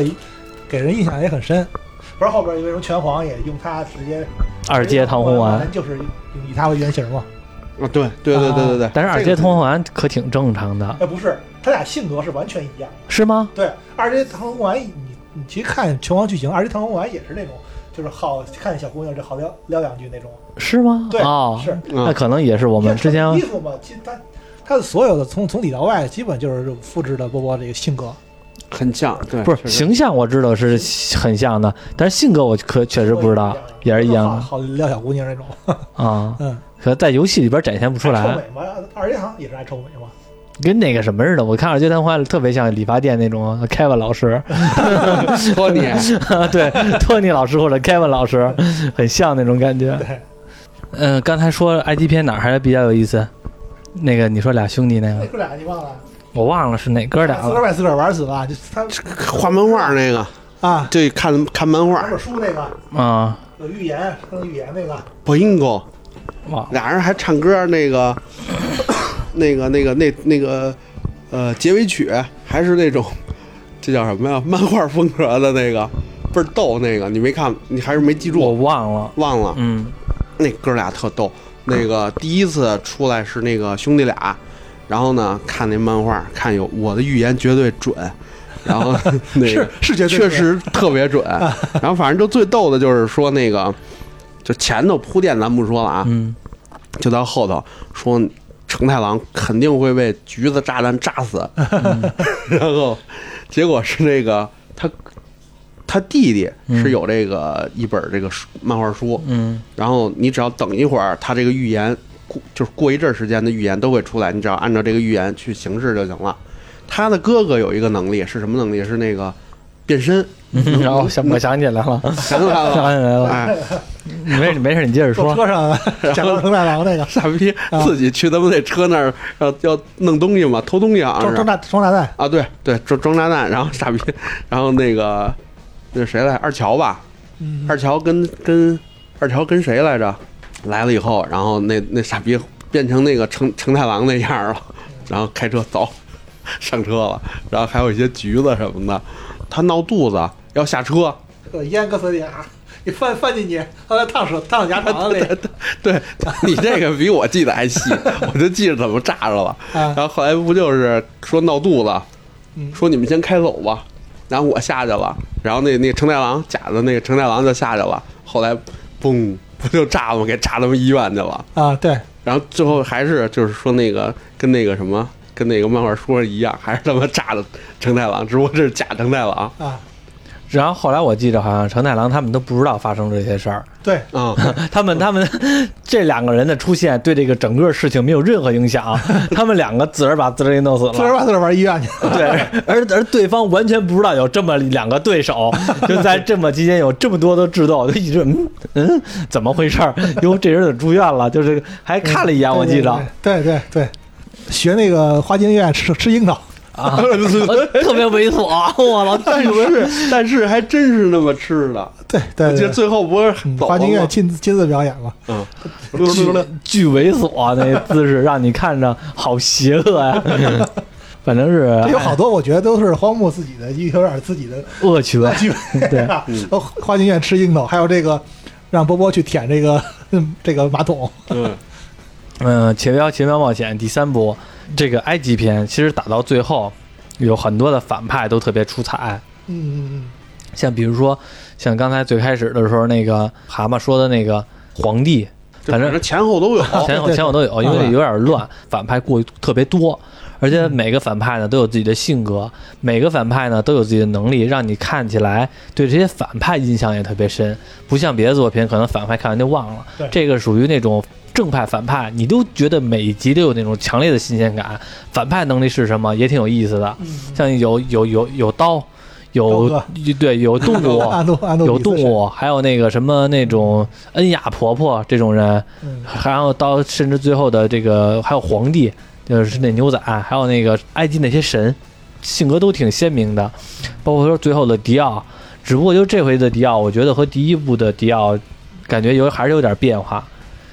Speaker 3: 给人印象也很深，不是后边儿为什么拳皇也用他直接
Speaker 1: 二阶唐红丸，
Speaker 3: 就是以他为原型嘛？
Speaker 2: 啊对对对对对对，
Speaker 1: 啊但是二阶唐红丸可挺正常的，
Speaker 3: 哎，不是，他俩性格是完全一样的。
Speaker 1: 是吗？
Speaker 3: 对，二阶唐红丸，你你其实看拳皇剧情，二阶唐红丸也是那种，就是好看小姑娘就好撩撩两句那种，
Speaker 1: 是吗？
Speaker 3: 对，
Speaker 1: 哦，
Speaker 3: 是。
Speaker 1: 那
Speaker 2: 嗯
Speaker 1: 可能也是我
Speaker 3: 我
Speaker 1: 们之前
Speaker 3: 衣服嘛，其实他他的所有的从从里到外，基本就是复制的波波这个性格，
Speaker 2: 很像，对，
Speaker 1: 不是
Speaker 2: 确实
Speaker 1: 形象我知道是很像的，但是性格我可确实不知道，也是一样
Speaker 3: 好
Speaker 1: 的
Speaker 3: 好撩小姑娘那种，
Speaker 1: 啊。
Speaker 3: 嗯，
Speaker 1: 可在游戏里边展现不出
Speaker 3: 爱臭
Speaker 1: 来，
Speaker 3: 美嘛，二阶堂也是爱臭美嘛，
Speaker 1: 跟那个什么似的。我看着《街谈花》特别像理发店那种 Kevin 老师，
Speaker 2: 托尼，
Speaker 1: 对，托尼老师或者 Kevin 老师，很像那种感觉。
Speaker 3: 对，
Speaker 1: 嗯，刚才说 I G 片哪儿还比较有意思？那个你说俩兄弟那
Speaker 3: 那
Speaker 1: 个，
Speaker 3: 哥俩你忘了？
Speaker 1: 我忘了是哪哥俩
Speaker 3: 自个
Speaker 1: 了。
Speaker 3: 儿把自个儿玩死了，就他
Speaker 2: 画漫画那个，
Speaker 3: 啊，
Speaker 2: 就看看漫
Speaker 3: 玩
Speaker 2: 画。
Speaker 3: 本书那个
Speaker 1: 啊，
Speaker 3: 有预言，有预言那个，
Speaker 2: b i n g o
Speaker 1: 忘了。
Speaker 2: 俩人还唱歌，那个， 那个，那个，那那个，呃，结尾曲还是那种，这叫什么呀？漫画风格的那个，倍儿逗。那个你没看，你还是没记
Speaker 1: 我
Speaker 2: 住，
Speaker 1: 忘了。
Speaker 2: 忘了。
Speaker 1: 嗯，
Speaker 2: 那哥俩特逗。那个第一次出来是那个兄弟俩，然后呢看那漫画，看有我的预言绝对准，然 后那个
Speaker 3: 是是绝对
Speaker 2: 确
Speaker 3: 啊
Speaker 2: 实特别准。 然后反正就最逗的就是说那个，就前头铺垫咱不说了啊，
Speaker 1: 嗯，
Speaker 2: 就到后头说成太郎肯定会被橘子炸弹炸死，
Speaker 3: 嗯
Speaker 2: 然后结果是那个他他弟弟
Speaker 3: 嗯
Speaker 2: 是有这个一本这个书漫画书，
Speaker 1: 嗯，
Speaker 2: 然后你只要等一会儿，他这个预言过就是过一阵儿时间的预言都会出来，你只要按照这个预言去行事就行了。他的哥哥有一个能力是什么能力？是那个变身，
Speaker 1: 嗯然后想我想起来了，
Speaker 2: 想起来
Speaker 1: 想起
Speaker 2: 了，
Speaker 1: 来了。
Speaker 3: 啊
Speaker 2: 哎，
Speaker 1: 你没事，没事，你接着
Speaker 3: 坐
Speaker 1: 说。
Speaker 3: 车上 假装成大郎那个，
Speaker 2: 傻逼自己去他们那车那儿要要弄东西嘛，偷东西啊，
Speaker 3: 装
Speaker 2: 是
Speaker 3: 装大装大蛋，
Speaker 2: 啊，对对，装装炸弹，然后傻逼，然后那个那谁来，二乔吧，
Speaker 3: 嗯，
Speaker 2: 二乔跟跟二乔跟谁来着？来了以后，然后那那傻逼变成那个成成太郎那样儿了，然后开车走，上车了，然后还有一些橘子什么的，他闹肚子要下车，
Speaker 3: 呃烟搁嘴里啊，你翻翻进去，后来烫手烫牙肠里
Speaker 2: 对你这个比我记得还细，我就记着怎么炸着了。
Speaker 3: 啊
Speaker 2: 然，后后来不就是说闹肚子，
Speaker 3: 嗯
Speaker 2: 说你们先开走吧，然后我下去了，然后那那成太郎假的那个成太郎就下去了，后来嘣不就炸了吗？给炸他们医院去了，
Speaker 3: 啊，对，
Speaker 2: 然后最后还是就是说那个跟那个什么跟那个漫画说一样，还是他妈炸的成太郎，只不过这是假成太郎。
Speaker 3: 啊，
Speaker 1: 然后后来我记着，好像成太郎他们都不知道发生这些事儿，
Speaker 3: 对，
Speaker 2: 嗯，
Speaker 1: 他们他们 这两个人的出现对这个整个事情没有任何影响， 他们两个自个儿把自个儿给弄死
Speaker 3: 自个儿
Speaker 1: 了。
Speaker 3: 把自个儿玩医院去，
Speaker 1: 对，而而对方完全不知道有这么两个对 手，就在这么期间有这么多的智斗，就一直嗯 嗯怎么回事儿？哟，这人怎么住院了？就是还看了一眼，我记着
Speaker 3: 对，对对对，学那个花京院吃吃樱桃，
Speaker 1: 啊， 特别猥琐，我操！
Speaker 2: 但是但是还真是那么吃的，
Speaker 3: 对
Speaker 2: 我
Speaker 3: 对
Speaker 2: 记得
Speaker 3: 对，
Speaker 2: 最后不是
Speaker 3: 嗯
Speaker 2: 走
Speaker 3: 花
Speaker 2: 了
Speaker 3: 京院
Speaker 2: 吗？
Speaker 3: 亲自亲自表演嘛，
Speaker 2: 嗯，
Speaker 1: 巨巨猥琐啊那姿势，让你看着好邪恶呀、 反正是
Speaker 3: 这有好多我觉得都是荒木自己的，有点自己的
Speaker 1: 恶趣味，
Speaker 3: 剧本。
Speaker 1: 对
Speaker 3: 啊
Speaker 2: 嗯，
Speaker 3: 哦花京院吃樱桃，还有这个让波波去舔这个 这个马桶，
Speaker 2: 嗯，
Speaker 1: 嗯，《奇妙奇妙冒险》第三部这个埃及篇，其实打到最后有很多的反派都特别出彩，
Speaker 3: 嗯嗯
Speaker 1: 像比如说像刚才最开始的时候那个蛤蟆说的那个皇帝，
Speaker 2: 这
Speaker 1: 反正
Speaker 2: 前后都有，
Speaker 1: 前后
Speaker 3: 哦对嗯
Speaker 1: 前后都有，哦因为有点乱，反派过于特别多，而且每个反派呢都有自己的性格，每个反派呢都有自己的能力，让你看起来对这些反派印象也特别深，不像别的作品，可能反派看完就忘了
Speaker 3: 对，
Speaker 1: 这个属于那种。正派、反派，你都觉得每一集都有那种强烈的新鲜感。反派能力是什么，也挺有意思的。
Speaker 3: 嗯
Speaker 1: 像有有有有刀，有
Speaker 3: 刀
Speaker 1: 对 有动物啊
Speaker 3: 嗯，，安东安东
Speaker 1: 有
Speaker 3: 比斯
Speaker 1: 动
Speaker 3: 是，
Speaker 1: 物，还有那个什么那种恩雅婆婆这种人，
Speaker 3: 嗯
Speaker 1: 还有到甚至最后的这个还有皇帝，就是那牛仔，还有那个埃及那些神，性格都挺鲜明的，包括说最后的迪奥，只不过就这回的迪奥，我觉得和第一部的迪奥感觉有还是有点变化，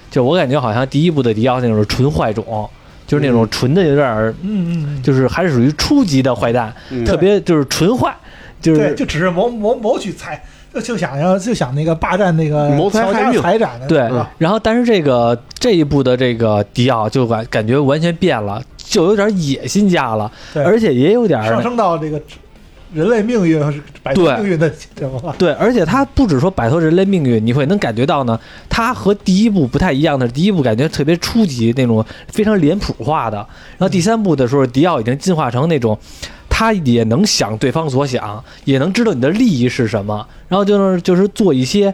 Speaker 1: 就我感觉好像第一部的迪奥那种纯坏种，就是那种纯的有点儿，
Speaker 3: 嗯嗯嗯，
Speaker 1: 就是还是属于初级的坏蛋，
Speaker 2: 嗯
Speaker 1: 特别就是纯坏，就
Speaker 3: 对，
Speaker 1: 是
Speaker 3: 就只是谋谋谋取财，就就想要就想那个霸占那个
Speaker 2: 谋财
Speaker 3: 乔
Speaker 2: 害
Speaker 3: 家
Speaker 2: 命
Speaker 3: 财产的，
Speaker 1: 对，
Speaker 2: 嗯
Speaker 1: 然后但是这个这一部的这个迪奥就感感觉完全变了，就有点野心家了，
Speaker 3: 对
Speaker 1: 而且也有点
Speaker 3: 上
Speaker 1: 儿
Speaker 3: 升到这个人类命运摆脱
Speaker 1: 嗯对
Speaker 3: 命运的 什么了，
Speaker 1: 对，而且他不只说摆脱人类命运，你会能感觉到呢，他和第一部不太一样的是，第一部感觉特别初级那种非常脸谱化的，然后第三部的时候，迪奥已经进化成那种。他也能想对方所想，也能知道你的利益是什么，然后就是就是做一些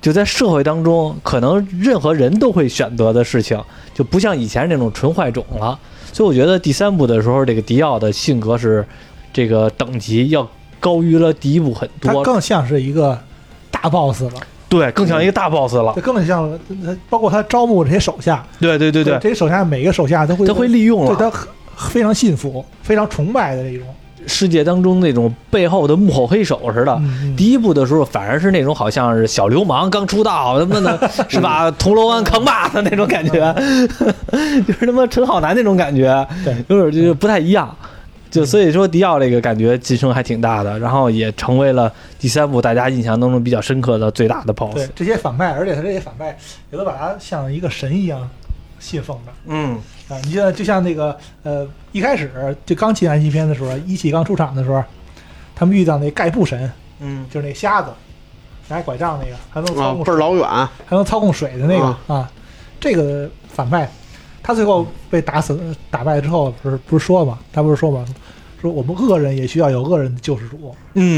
Speaker 1: 就在社会当中，可能任何人都会选择的事情，就不像以前那种纯坏种了。所以我觉得第三部的时候，这个迪奥的性格是这个等级要高于了第一部很
Speaker 3: 他
Speaker 1: 多，
Speaker 3: 更像是一个大 boss 了，
Speaker 1: 对，更像一个大 boss 了。
Speaker 3: 这根本像他，包括他招募这些手下，
Speaker 1: 对对对对，
Speaker 3: 这些手下每个手下都会
Speaker 1: 他会利用啊
Speaker 3: 对
Speaker 1: 了
Speaker 3: 他很非常信服、非常崇拜的这一种。
Speaker 1: 世界当中那种背后的幕后黑手似的。
Speaker 3: 嗯嗯
Speaker 1: 啊第一部的时候，反而是那种好像是小流氓刚出道，他妈 的是吧？铜锣湾扛把子那种感觉， 就是他妈陈浩南那种感觉，
Speaker 3: 对
Speaker 1: 有点就是不太一样。
Speaker 3: 嗯
Speaker 1: 就所以说，迪奥这个感觉晋升还挺大的，然后也成为了第三部大家印象当中比较深刻的最大的 BOSS
Speaker 3: 对。这些反派，而且他这些反派有的把他像一个神一样信奉着
Speaker 1: 嗯，
Speaker 3: 啊！你像就像那个呃，一开始就刚进安息篇的时候，一气刚出场的时候，他们遇到那盖布神，
Speaker 1: 嗯，
Speaker 3: 就是那瞎子拿拐杖那个，还能操
Speaker 2: 啊
Speaker 3: 控，
Speaker 2: 倍
Speaker 3: 水
Speaker 2: 儿老远，
Speaker 3: 还能操控水的那个啊，这个反派，他最后被打死打败之后，不是不是说嘛，他不是说嘛，说我们恶人也需要有恶人的救世主，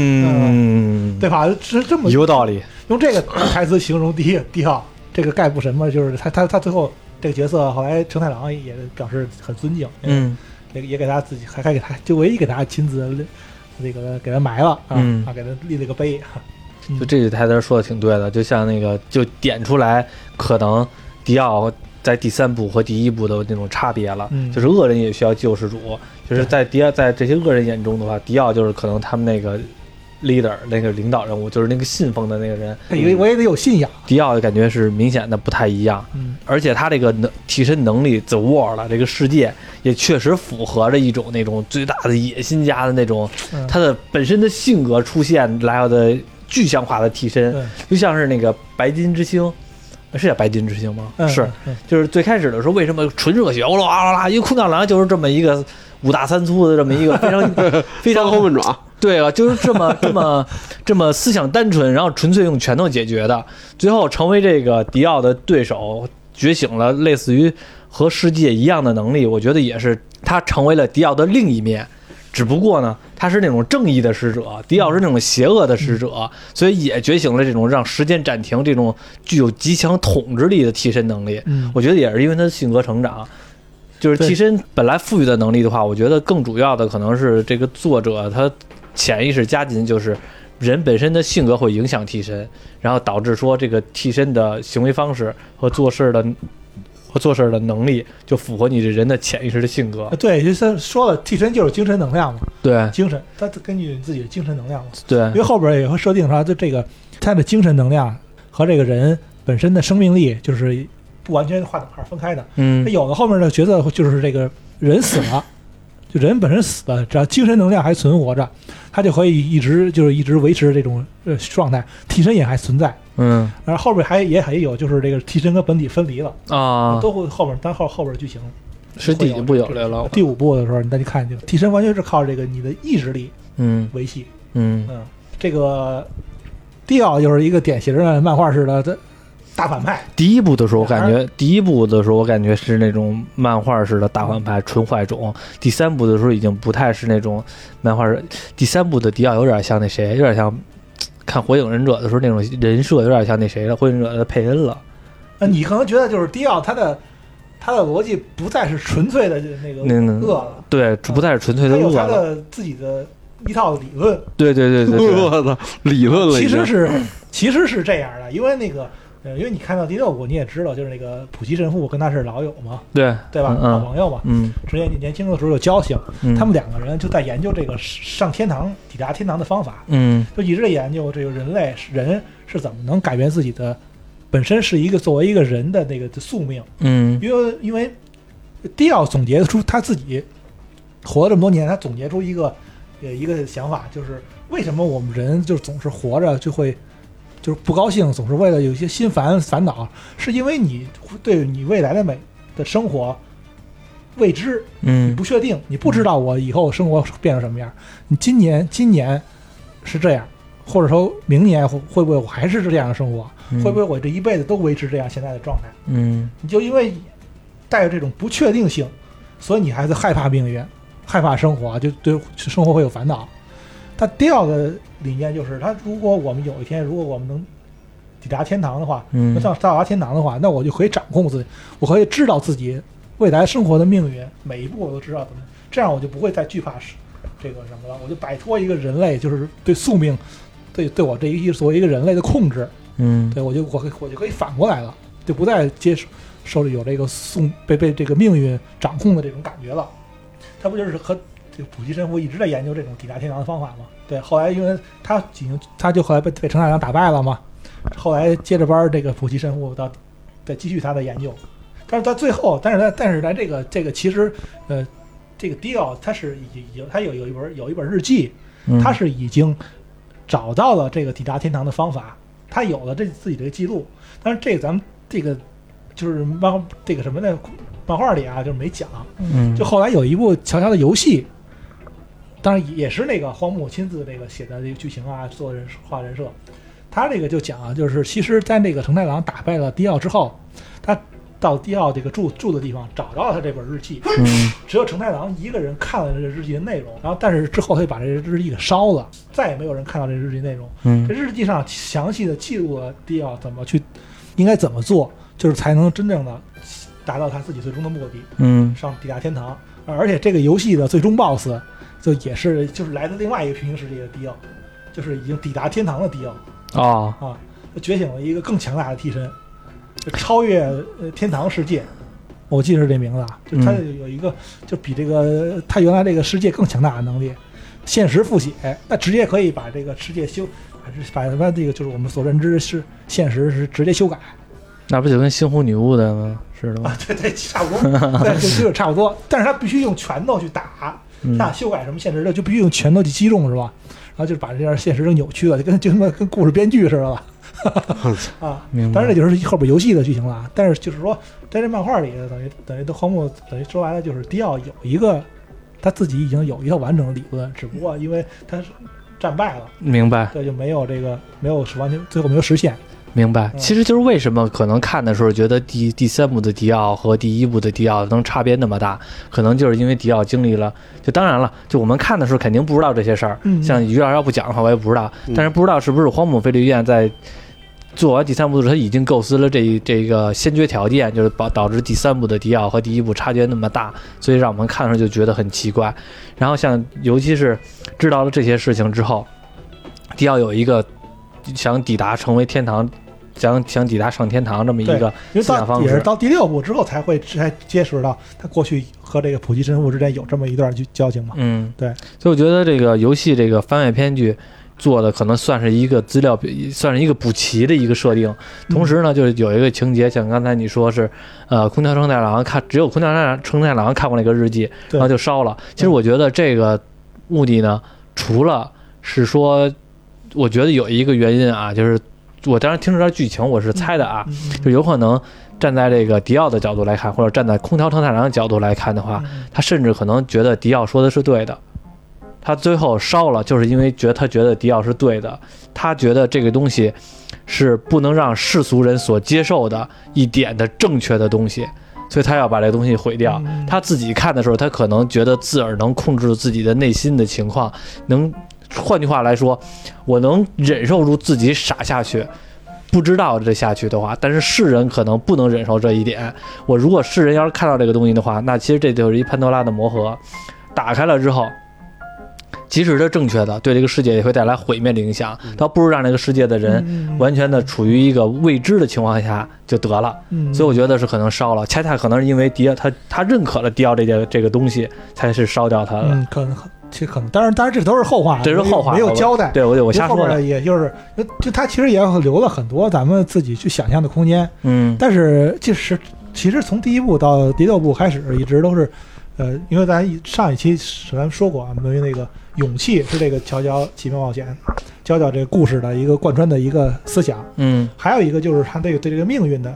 Speaker 1: 嗯，
Speaker 3: 对吧？是这么
Speaker 1: 有道理。
Speaker 3: 用这个台词形容第一第二这个盖布神嘛，就是他他他最后这个角色，后来成太郎也表示很尊敬，，
Speaker 1: 嗯
Speaker 3: 也也给他自己还还给他就唯一给他亲自那个给他埋了啊、
Speaker 1: 嗯
Speaker 3: 啊，给他立了个碑，嗯
Speaker 1: 就这句台词说的挺对的，就像那个就点出来可能迪奥在第三部和第一部的那种差别了，
Speaker 3: 嗯
Speaker 1: 就是恶人也需要救世主，就是在迪奥在这些恶人眼中的话，迪奥就是可能他们那个 leader 那个领导人物，就是那个信奉的那个人，
Speaker 3: 他以为我也哎得有信仰，
Speaker 1: 迪奥的感觉是明显的不太一样。
Speaker 3: 嗯，
Speaker 1: 而且他这个能替身能力，The World 了这个世界也确实符合着一种那种最大的野心家的那种
Speaker 3: 嗯
Speaker 1: 他的本身的性格出现莱奥的具象化的替身，
Speaker 3: 对
Speaker 1: 就像是那个白金之星，呃是叫白金之星吗？
Speaker 3: 嗯
Speaker 1: 是，
Speaker 3: 嗯
Speaker 1: 就是最开始的时候，为什么纯热血，哇啦哇啦啦，因为空降狼就是这么一个五大三粗的这么一个非常非
Speaker 2: 张
Speaker 1: 常
Speaker 2: 口问爪，
Speaker 1: 对啊，就是这么这么这么思想单纯，然后纯粹用拳头解决的，最后成为这个迪奥的对手，觉醒了类似于和世界一样的能力，我觉得也是他成为了迪奥的另一面。只不过呢，他是那种正义的使者，迪奥是那种邪恶的使者，所以也觉醒了这种让时间暂停这种具有极强统治力的替身能力。
Speaker 3: 嗯，
Speaker 1: 我觉得也是因为他的性格成长，就是
Speaker 3: 对
Speaker 1: 替身本来赋予的能力的话，我觉得更主要的可能是这个作者他潜意识加进就是人本身的性格会影响替身，然后导致说这个替身的行为方式和做事的和做事的能力就符合你这人的潜意识的性格
Speaker 3: 啊。对，就是说了，替身就是精神能量嘛，
Speaker 1: 对
Speaker 3: 精神，他根据你自己的精神能量嘛，
Speaker 1: 对
Speaker 3: 因为后边也会设定说，就这个他的精神能量和这个人本身的生命力就是不完全画等号分开的。那
Speaker 1: 嗯
Speaker 3: 有的后面的角色就是这个人死了， 就人本身死了，只要精神能量还存活着，他就可以一直就是一直维持这种呃状态，替身也还存在。
Speaker 1: 嗯
Speaker 3: 然后后边还也还有就是这个替身跟本体分离了，
Speaker 1: 啊，
Speaker 3: 都会后面单后后边剧情。
Speaker 1: 是第几部有来了？
Speaker 3: 第五部的时候，你再去看，就替身完全是靠这个你的意志力
Speaker 1: 嗯
Speaker 3: 维系。
Speaker 1: 嗯
Speaker 3: 嗯，这个迪奥就是一个典型的漫画式的这大反派，
Speaker 1: 第一部的时候，我感觉第一部的时候，我感觉是那种漫画式的大反派，纯坏种。第三部的时候，已经不太是那种漫画式。第三部的迪奥有点像那谁，有点像看《火影忍者》的时候那种人设，有点像那谁了，《火影忍者》的佩恩了，
Speaker 3: 呃，你可能觉得就是迪奥他的他的逻辑不再是纯粹的那个
Speaker 1: 那
Speaker 3: 恶
Speaker 1: 那
Speaker 3: 了，
Speaker 1: 对，不太是纯粹
Speaker 3: 他
Speaker 1: 的
Speaker 3: 有
Speaker 1: 恶
Speaker 3: 他
Speaker 1: 了。
Speaker 3: 的自己的一套理论，
Speaker 1: 对对对对对，
Speaker 2: 我操，理论了已
Speaker 3: 其
Speaker 2: 经
Speaker 3: 实是其实是这样的，因为那个呃，因为你看到第六部你也知道，就是那个普希神父跟他是老友嘛，
Speaker 1: 对
Speaker 3: 对吧？老
Speaker 1: 嗯
Speaker 3: 朋友嘛，
Speaker 1: 嗯
Speaker 3: 之前年轻的时候有交情，
Speaker 1: 嗯，
Speaker 3: 他们两个人就在研究这个上天堂、抵达天堂的方法。
Speaker 1: 嗯
Speaker 3: 就一直在研究这个人类人是怎么能改变自己的，本身是一个作为一个人的那个宿命，
Speaker 1: 嗯
Speaker 3: 因为因为迪奥总结出他自己活了这么多年，他总结出一个呃一个想法，就是为什么我们人就总是活着就会就是不高兴，总是为了有一些心烦烦恼，是因为你对你未来的美的生活未知，你
Speaker 1: 嗯
Speaker 3: 不确定，你不知道我以后生活变成什么样。你今年今年是这样，或者说明年会会不会我还是这样的生活？
Speaker 1: 嗯，
Speaker 3: 会不会我这一辈子都维持这样现在的状态？
Speaker 1: 嗯
Speaker 3: 你就因为带着这种不确定性，所以你还是害怕命运，害怕生活，就对生活会有烦恼。他第二个理念就是，他如果我们有一天，如果我们能抵达天堂的话，
Speaker 1: 嗯
Speaker 3: 那到到达天堂的话，那我就可以掌控自己，我可以知道自己未来生活的命运，每一步我都知道怎么，这样我就不会再惧怕是这个什么了，我就摆脱一个人类就是对宿命，对对我这一作为一个人类的控制，
Speaker 1: 嗯
Speaker 3: 对我就我可以我就可以反过来了，就不再接受受有这个送被被这个命运掌控的这种感觉了。他不就是和这个普希神父一直在研究这种抵达天堂的方法吗？对，后来因为他已经他就后来被被程大良打败了嘛，后来接着班儿这个普希神父到再继续他的研究，但是到最后，但是他但是他这个这个其实呃这个迪奥他是已经他有有一本有一本日记，
Speaker 1: 嗯，
Speaker 3: 他是已经找到了这个抵达天堂的方法，他有了这自己的记录。但是这个咱们这个就是漫这个什么的漫画里啊，就是没讲。
Speaker 1: 嗯
Speaker 3: 就后来有一部《乔乔的游戏》，当然也是那个荒木亲自这个写的这个剧情啊，做人画人设。他这个就讲啊，就是其实，在那个承太郎打败了迪奥之后，他到迪奥这个住住的地方找到了他这本日记，
Speaker 1: 嗯
Speaker 3: 只有承太郎一个人看了这个日记的内容，然后但是之后他就把这个日记给烧了，再也没有人看到这日记内容。这
Speaker 1: 嗯
Speaker 3: 日记上详细的记录了迪奥怎么去，应该怎么做，就是才能真正的达到他自己最终的目的，
Speaker 1: 嗯
Speaker 3: 上抵达天堂。而且这个游戏的最终 BOSS 就也是就是来自另外一个平行世界的迪奥，就是已经抵达天堂的迪奥
Speaker 1: 哦，
Speaker 3: 啊，觉醒了一个更强大的替身，就超越呃天堂世界。我记得是这名字啊，就他有一个就比这个他原来这个世界更强大的能力，现实复写，那直接可以把这个世界修，把把把这个就是我们所认知的是现实是直接修改
Speaker 1: 那不就跟星湖女巫的吗似的吗
Speaker 3: 啊？，对对，差不多，对，就就是差不多，但是他必须用拳头去打，
Speaker 1: 嗯
Speaker 3: 那修改什么现实的，就必须用拳头去击中，是吧？然后就是把这样现实都扭曲了，就跟就他妈跟故事编剧似的了。 啊
Speaker 1: 明，白
Speaker 3: 当然这就是后边游戏的剧情了。但是就是说，在这漫画里，等于等于都荒木等于说白了，就是迪奥有一个他自己已经有一套完整的理论，只不过因为他是战败了，
Speaker 1: 明白。
Speaker 3: 对，就没有这个没有完全最后没有实现。
Speaker 1: 明白，
Speaker 3: 嗯
Speaker 1: 其实就是为什么可能看的时候觉得第第三部的迪奥和第一部的迪奥能差别那么大，可能就是因为迪奥经历了。就当然了，就我们看的时候肯定不知道这些事儿，
Speaker 3: 嗯
Speaker 1: 像于老师要不讲的话，我也不知道。
Speaker 2: 嗯
Speaker 1: 但是不知道是不是荒木飞吕彦在做完第三部的时候，他已经构思了这这个先决条件，就是导导致第三部的迪奥和第一部差距那么大，所以让我们看的时候就觉得很奇怪。然后像尤其是知道了这些事情之后，迪奥有一个想抵达成为天堂，想想抵达上天堂这么一
Speaker 3: 对
Speaker 1: 个
Speaker 3: 因为
Speaker 1: 思想
Speaker 3: 到
Speaker 1: 方
Speaker 3: 也是
Speaker 1: 式。
Speaker 3: 到第六部之后才会才结识到他过去和这个普希神父之间有这么一段交情嘛。
Speaker 1: 嗯，
Speaker 3: 对，
Speaker 1: 所以我觉得这个游戏这个番外篇剧做的可能算是一个资料，算是一个补齐的一个设定。
Speaker 3: 嗯
Speaker 1: 同时呢，就是有一个情节，像刚才你说是，呃，空调承太郎看，只有空调承太承太郎看过那个日记，
Speaker 3: 对
Speaker 1: 然后就烧了。其实我觉得这个目的呢，除了是说，我觉得有一个原因啊，就是我当时听这段剧情，我是猜的啊，
Speaker 3: 嗯，
Speaker 1: 就有可能站在这个迪奥的角度来看，或者站在空调承太郎的角度来看的话，
Speaker 3: 嗯嗯
Speaker 1: 他甚至可能觉得迪奥说的是对的，他最后烧了，就是因为觉得他觉得迪奥是对的，他觉得这个东西是不能让世俗人所接受的一点的正确的东西，所以他要把这个东西毁掉。
Speaker 3: 嗯
Speaker 1: 他自己看的时候，他可能觉得自个儿能控制自己的内心的情况，能，换句话来说，我能忍受住自己傻下去，不知道这下去的话，但是世人可能不能忍受这一点。我如果世人要是看到这个东西的话，那其实这就是一潘多拉的魔盒，打开了之后。即使是正确的，对这个世界也会带来毁灭的影响。倒不如让这个世界的人
Speaker 3: 嗯
Speaker 1: 完全的处于一个未知的情况下就得了。
Speaker 3: 嗯
Speaker 1: 所以我觉得是可能烧了，恰恰可能是因为迪奥他他认可了迪奥这件这个东西，才是烧掉他的。
Speaker 3: 嗯，可能这可能，当然，当然，这都是后话，
Speaker 1: 这是后话
Speaker 3: 没有交代。
Speaker 1: 对，我就我
Speaker 3: 因
Speaker 1: 瞎
Speaker 3: 为后
Speaker 1: 说
Speaker 3: 边
Speaker 1: 的
Speaker 3: 儿。也就是，呃就他其实也留了很多咱们自己去想象的空间。
Speaker 1: 嗯
Speaker 3: 但是，就是其实从第一部到第六部开始，一直都是，呃，因为咱上一期咱说过啊，关于那个勇气是这个《乔乔奇妙冒险》娇娇这个故事的一个贯穿的一个思想。
Speaker 1: 嗯
Speaker 3: 还有一个就是他对对这个命运的，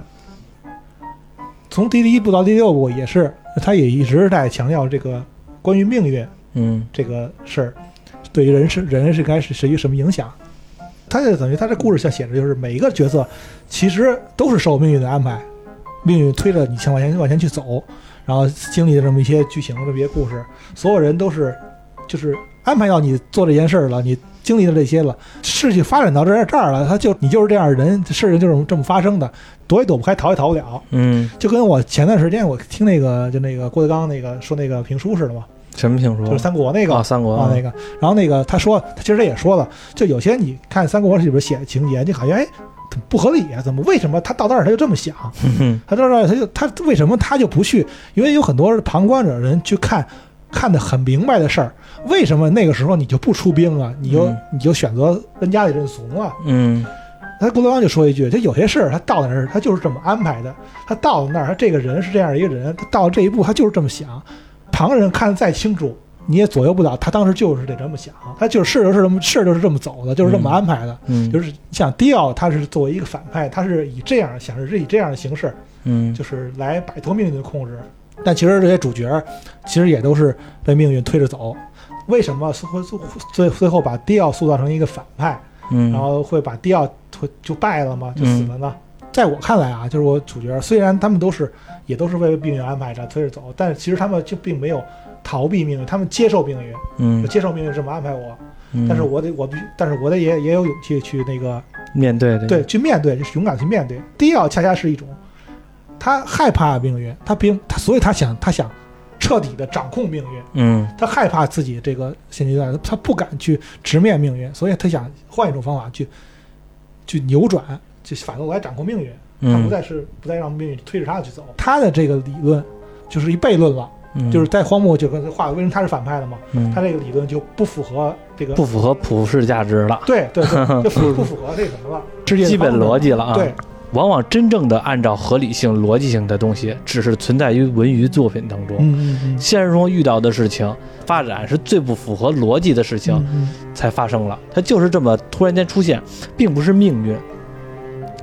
Speaker 3: 从第一部到第六部也是，他也一直在强调这个关于命运
Speaker 1: 嗯
Speaker 3: 这个事儿对于人是人是该是是一个什么影响。他就等于他这故事像写的就是每一个角色其实都是受命运的安排，命运推着你向往前往前去走，然后经历了这么一些剧情这么一些故事，所有人都是就是安排到你做这件事儿了，你经历了这些了，事情发展到这儿这儿了，他就你就是这样的人，事情就是这么发生的，躲也躲不开，逃也逃不了。
Speaker 1: 嗯，
Speaker 3: 就跟我前段时间我听那个就那个郭德纲那个说那个评书似的嘛，
Speaker 1: 什么评书？
Speaker 3: 就是三国那个
Speaker 1: 啊，三国
Speaker 3: 啊那个，然后那个他说，他其实他也说了，就有些你看三国里边写的情节，就好像哎怎么不合理啊，怎么为什么他到那儿他就这么想？
Speaker 1: 嗯
Speaker 3: 他到那儿他就他为什么他就不去？因为有很多旁观者人去看。看得很明白的事儿，为什么那个时候你就不出兵啊？你就、
Speaker 1: 嗯
Speaker 3: 你就选择跟家里认怂啊？
Speaker 1: 嗯
Speaker 3: 他郭德纲就说一句：“他有些事儿，他到那儿他就是这么安排的。他到了那儿，他这个人是这样一个人，他到这一步他就是这么想。旁人看得再清楚，你也左右不了。他当时就是得这么想，他就是事儿就是这么事儿就是这么走的，就是这么安排的。
Speaker 1: 嗯，
Speaker 3: 就是是像迪奥，他是作为一个反派，他是以这样想，是以这样的形式，
Speaker 1: 嗯
Speaker 3: 就是来摆脱命运的控制。但其实这些主角，其实也都是被命运推着走。为什么最后最最后把迪奥塑造成一个反派？
Speaker 1: 嗯，
Speaker 3: 然后会把迪奥就就败了吗？就死了呢？在我看来啊，就是我主角虽然他们都是也都是为命运安排着推着走，但是其实他们就并没有逃避命运，他们接受命运，
Speaker 1: 嗯
Speaker 3: 就，接受命运这么安排我。
Speaker 1: 嗯
Speaker 3: 但是我得我必须，但是我得也也有勇气去那个
Speaker 1: 面对的
Speaker 3: 对去面对，就是勇敢去面对。迪奥恰恰是一种他害怕命运，他并他所以他想他想彻底的掌控命运。
Speaker 1: 嗯
Speaker 3: 他害怕自己这个现阶段，他不敢去直面命运，所以他想换一种方法去去扭转，就反过来掌控命运。他不
Speaker 1: 嗯
Speaker 3: 再是不再让命运推着他去走。他的这个理论就是一悖论了，
Speaker 1: 嗯，
Speaker 3: 就是在荒漠就跟画，为什么他是反派了嘛？
Speaker 1: 嗯
Speaker 3: 他这个理论就不符合这个
Speaker 1: 不符合普世价值了，
Speaker 3: 对对 对，就符不符合这什么了？世界的
Speaker 1: 基本
Speaker 3: 方程
Speaker 1: 逻辑了啊。
Speaker 3: 对，
Speaker 1: 往往真正的按照合理性、逻辑性的东西，只是存在于文娱作品当中。
Speaker 3: 嗯嗯
Speaker 1: 现实中遇到的事情发展是最不符合逻辑的事情，
Speaker 3: 嗯
Speaker 1: 才发生了，它就是这么突然间出现，并不是命运，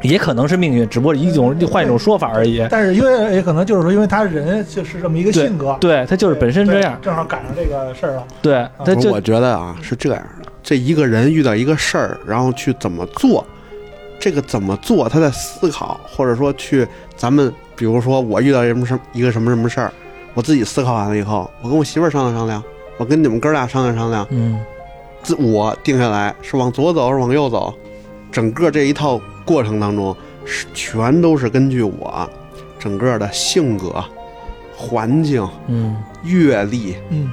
Speaker 1: 也可能是命运，只不过一种换一种说法而已。
Speaker 3: 但是因为也可能就是说，因为他人就是这么一个性格，
Speaker 1: 对，它就是本身这样
Speaker 3: 对，正好赶上这个事儿了。
Speaker 1: 对，它
Speaker 2: 不是，
Speaker 1: 就
Speaker 2: 我觉得啊是这样的：这一个人遇到一个事儿，然后去怎么做，这个怎么做，他在思考，或者说去咱们，比如说我遇到什么什么一个什么什么事儿，我自己思考完了以后，我跟我媳妇儿商量商量，我跟你们哥俩商量商量，
Speaker 1: 嗯
Speaker 2: 自我定下来是往左走，是往右走，整个这一套过程当中是全都是根据我整个的性格、环境、
Speaker 1: 嗯
Speaker 2: 阅历。
Speaker 3: 嗯，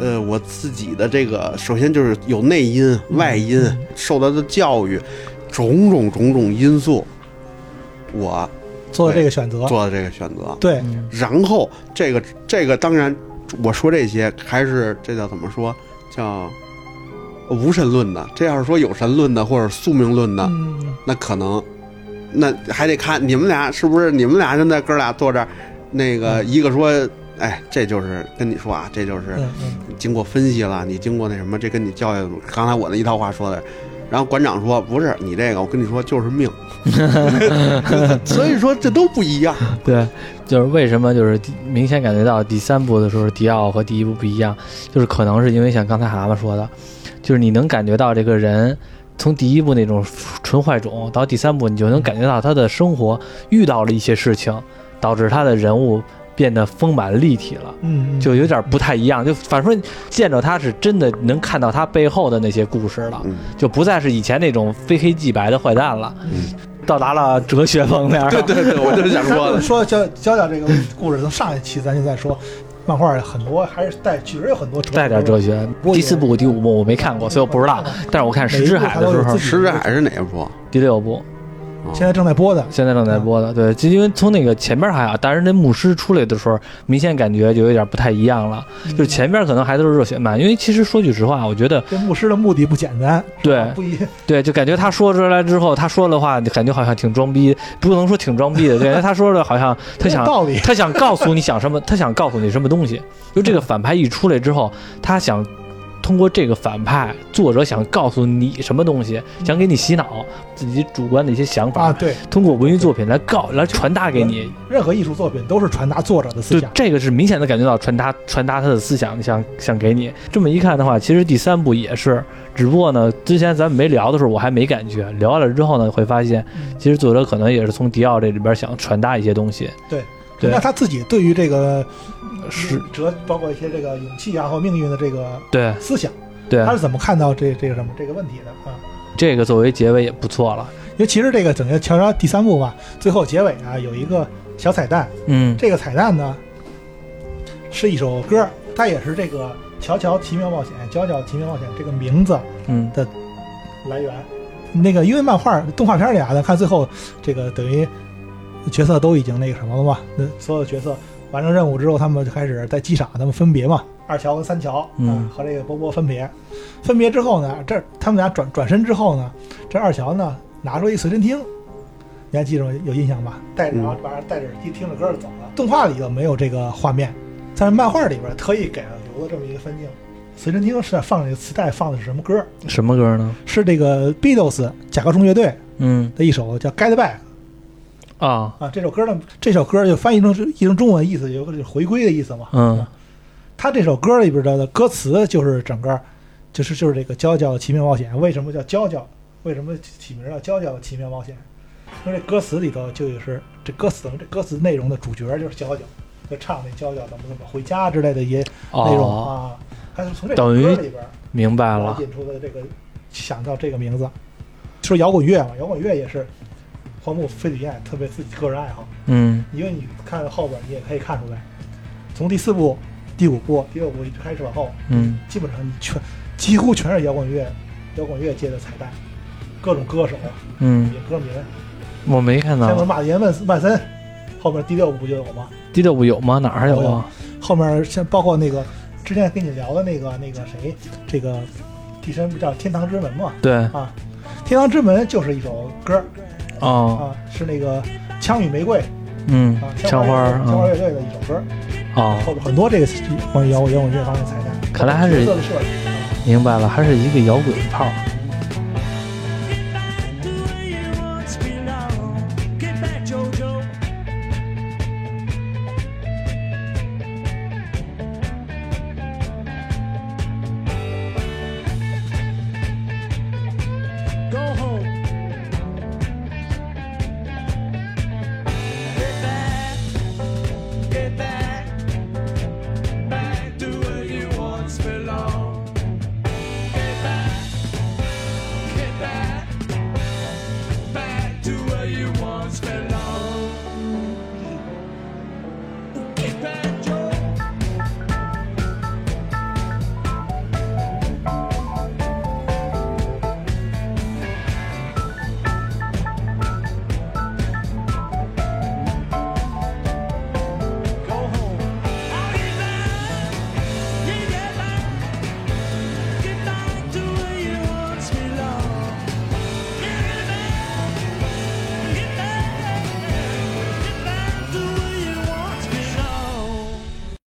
Speaker 2: 呃，我自己的这个，首先就是有内因、外因，
Speaker 3: 嗯
Speaker 2: 受到的教育，种种种种因素，我
Speaker 3: 做的这个选择，
Speaker 2: 做的这个选择。
Speaker 3: 对，
Speaker 1: 嗯
Speaker 2: 然后这个这个，当然我说这些还是这叫怎么说？叫无神论的。这要是说有神论的或者宿命论的，
Speaker 3: 嗯，
Speaker 2: 那可能那还得看你们俩是不是你们俩现在哥俩坐这儿，那个一个说。哎，这就是跟你说啊，这就是
Speaker 3: 嗯嗯
Speaker 2: 经过分析了，你经过那什么，这跟你教育，刚才我那一套话说的。然后馆长说：“不是你这个，我跟你说就是 命。”所以说这都不一样。
Speaker 1: 对，就是为什么就是第明显感觉到第三部的时候，迪奥和第一部不一样，就是可能是因为像刚才蛤蟆说的，就是你能感觉到这个人。从第一部那种纯坏种到第三部，你就能感觉到他的生活遇到了一些事情，导致他的人物变得丰满立体了。
Speaker 3: 嗯，
Speaker 1: 就有点不太一样，就反正见着他是真的能看到他背后的那些故事了，
Speaker 2: 嗯，
Speaker 1: 就不再是以前那种非黑即白的坏蛋了，
Speaker 2: 嗯
Speaker 1: 到达了哲学方面。
Speaker 2: 对对对，我就是想
Speaker 3: 咱
Speaker 2: 说
Speaker 3: 们
Speaker 2: 的。
Speaker 3: 说教教教这个故事，从上一期咱就在说，漫画很多还是带确实有很多
Speaker 1: 带点哲
Speaker 3: 学，
Speaker 1: 学。
Speaker 3: 不过
Speaker 1: 第
Speaker 3: 也嗯
Speaker 1: 四部、第五部我没看过，所以我不知道。但是我看《石之海》的时
Speaker 3: 每一部它都有
Speaker 1: 候
Speaker 3: 自，己
Speaker 2: 石之海是哪一部？
Speaker 1: 第六部
Speaker 2: 啊
Speaker 3: 现在正在播的，
Speaker 1: 现在正在播
Speaker 3: 嗯
Speaker 1: 的，对，就因为从那个前边还好，但是那牧师出来的时候，明显感觉就有点不太一样了。
Speaker 3: 嗯
Speaker 1: 就是前边可能还都是热血漫，因为其实说句实话，我觉得
Speaker 3: 这牧师的目的不简单，啊
Speaker 1: 对
Speaker 3: 不一
Speaker 1: 对，就感觉他说出来之后，他说的话感觉好像挺装逼，不能说挺装逼的，感觉他说的好像他想
Speaker 3: 道理，
Speaker 1: 他想告诉你想什么，他想告诉你什么东西。就这个反派一出来之后，他想通过这个反派，作者想告诉你什么东西，想给你洗脑自己主观的一些想
Speaker 3: 啊，
Speaker 1: 法，
Speaker 3: 对，
Speaker 1: 通过文艺作品来告来传达给你。
Speaker 3: 任何艺术作品都是传达作者的思
Speaker 1: 对
Speaker 3: 想，，
Speaker 1: 这个是明显的感觉到传达传达他的思想，想想给你。这么一看的话，其实第三部也是，只不过呢，之前咱们没聊的时候我还没感觉，聊了之后呢，会发现
Speaker 3: 嗯
Speaker 1: 其实作者可能也是从迪奥这里边想传达一些东西。对呃
Speaker 3: 那他自己对于这个嗯
Speaker 1: 是，
Speaker 3: 哲，包括一些这个勇气啊和命运的这个
Speaker 1: 对
Speaker 3: 思想，
Speaker 1: 对
Speaker 3: 他，是怎么看到这这个什么这个问题的啊？
Speaker 1: 这个作为结尾也不错了。
Speaker 3: 因为其实这个整个《乔乔》第三部吧，最后结尾啊有一个小彩蛋，
Speaker 1: 嗯，
Speaker 3: 这个彩蛋呢是一首歌，它也是这个《乔乔奇妙冒险》《乔乔奇妙冒险》这个名字
Speaker 1: 嗯
Speaker 3: 来源。那个因为漫画动画片里啊，咱看最后这个等于角色都已经那个什么了嘛，那所有的角色完成任务之后，他们就开始在机场他们分别嘛，二乔和三乔，
Speaker 1: 嗯
Speaker 3: 啊和这个波波分别。分别之后呢，这他们俩转转身之后呢，这二乔呢拿出一随身听，你还记着吗有印象吧？戴着
Speaker 2: 嗯
Speaker 3: 然后晚上戴着耳机听着歌就走了。动画里头没有这个画面，但是漫画里边特意给了留了这么一个分镜。随身听是放这个磁带放的是什么歌？
Speaker 1: 什么歌呢？
Speaker 3: 是这个 Beatles 甲壳虫乐队
Speaker 1: 嗯
Speaker 3: 的一首叫《Get Back》
Speaker 1: 啊，
Speaker 3: 啊，这首歌呢，这首歌就翻译成译成中文意思，有个就是回归的意思嘛。
Speaker 1: 嗯
Speaker 3: 他这首歌里边的歌词就是整个，就是就是这个《娇娇的奇妙冒险》，为什么叫娇娇？为什么起名叫《娇娇的奇妙冒险》？因为这歌词里头就是这歌词，这歌词内容的主角就是娇娇，就唱那娇娇怎么怎么回家之类的一些内容
Speaker 1: 哦，
Speaker 3: 啊。他是从这首歌里边
Speaker 1: 明白
Speaker 3: 然后
Speaker 1: 了。
Speaker 3: 引出的这个想到这个名字。说摇滚乐嘛，摇滚乐也是荒木飞吕彦特别自己个人爱好，
Speaker 1: 嗯
Speaker 3: 因为你看后边你也可以看出来，从第四部、第五部、第六部一直开始往后，
Speaker 1: 嗯
Speaker 3: 基本上你全几乎全是摇滚乐，摇滚乐界的彩蛋，各种歌手、
Speaker 1: 嗯，
Speaker 3: 歌名，
Speaker 1: 我没看
Speaker 3: 前面
Speaker 1: 到。
Speaker 3: 马连万万森，后面第六部就有嘛，
Speaker 1: 第六部有吗？哪儿还有啊？
Speaker 3: 后面像包括那个之前跟你聊的那个那个谁，这个替身不叫《天堂之门》嘛，
Speaker 1: 对，
Speaker 3: 啊，《天堂之门》就是一首歌儿
Speaker 1: 哦，
Speaker 3: 啊，是那个枪与玫瑰
Speaker 1: 嗯
Speaker 3: 啊，，
Speaker 1: 枪花儿
Speaker 3: 枪花
Speaker 1: 啊
Speaker 3: 乐队的一首歌儿，，
Speaker 1: 哦，
Speaker 3: 后边很多这个关于摇滚摇滚乐方面的彩蛋，
Speaker 1: 看来还是
Speaker 3: 角色的设计。
Speaker 1: 明白了，还是一个摇滚炮。
Speaker 4: Where you once belonged. Get back, Jojo. Go home. Get back, get back, back to where you once belonged. Get back, get back back to where you once belonged.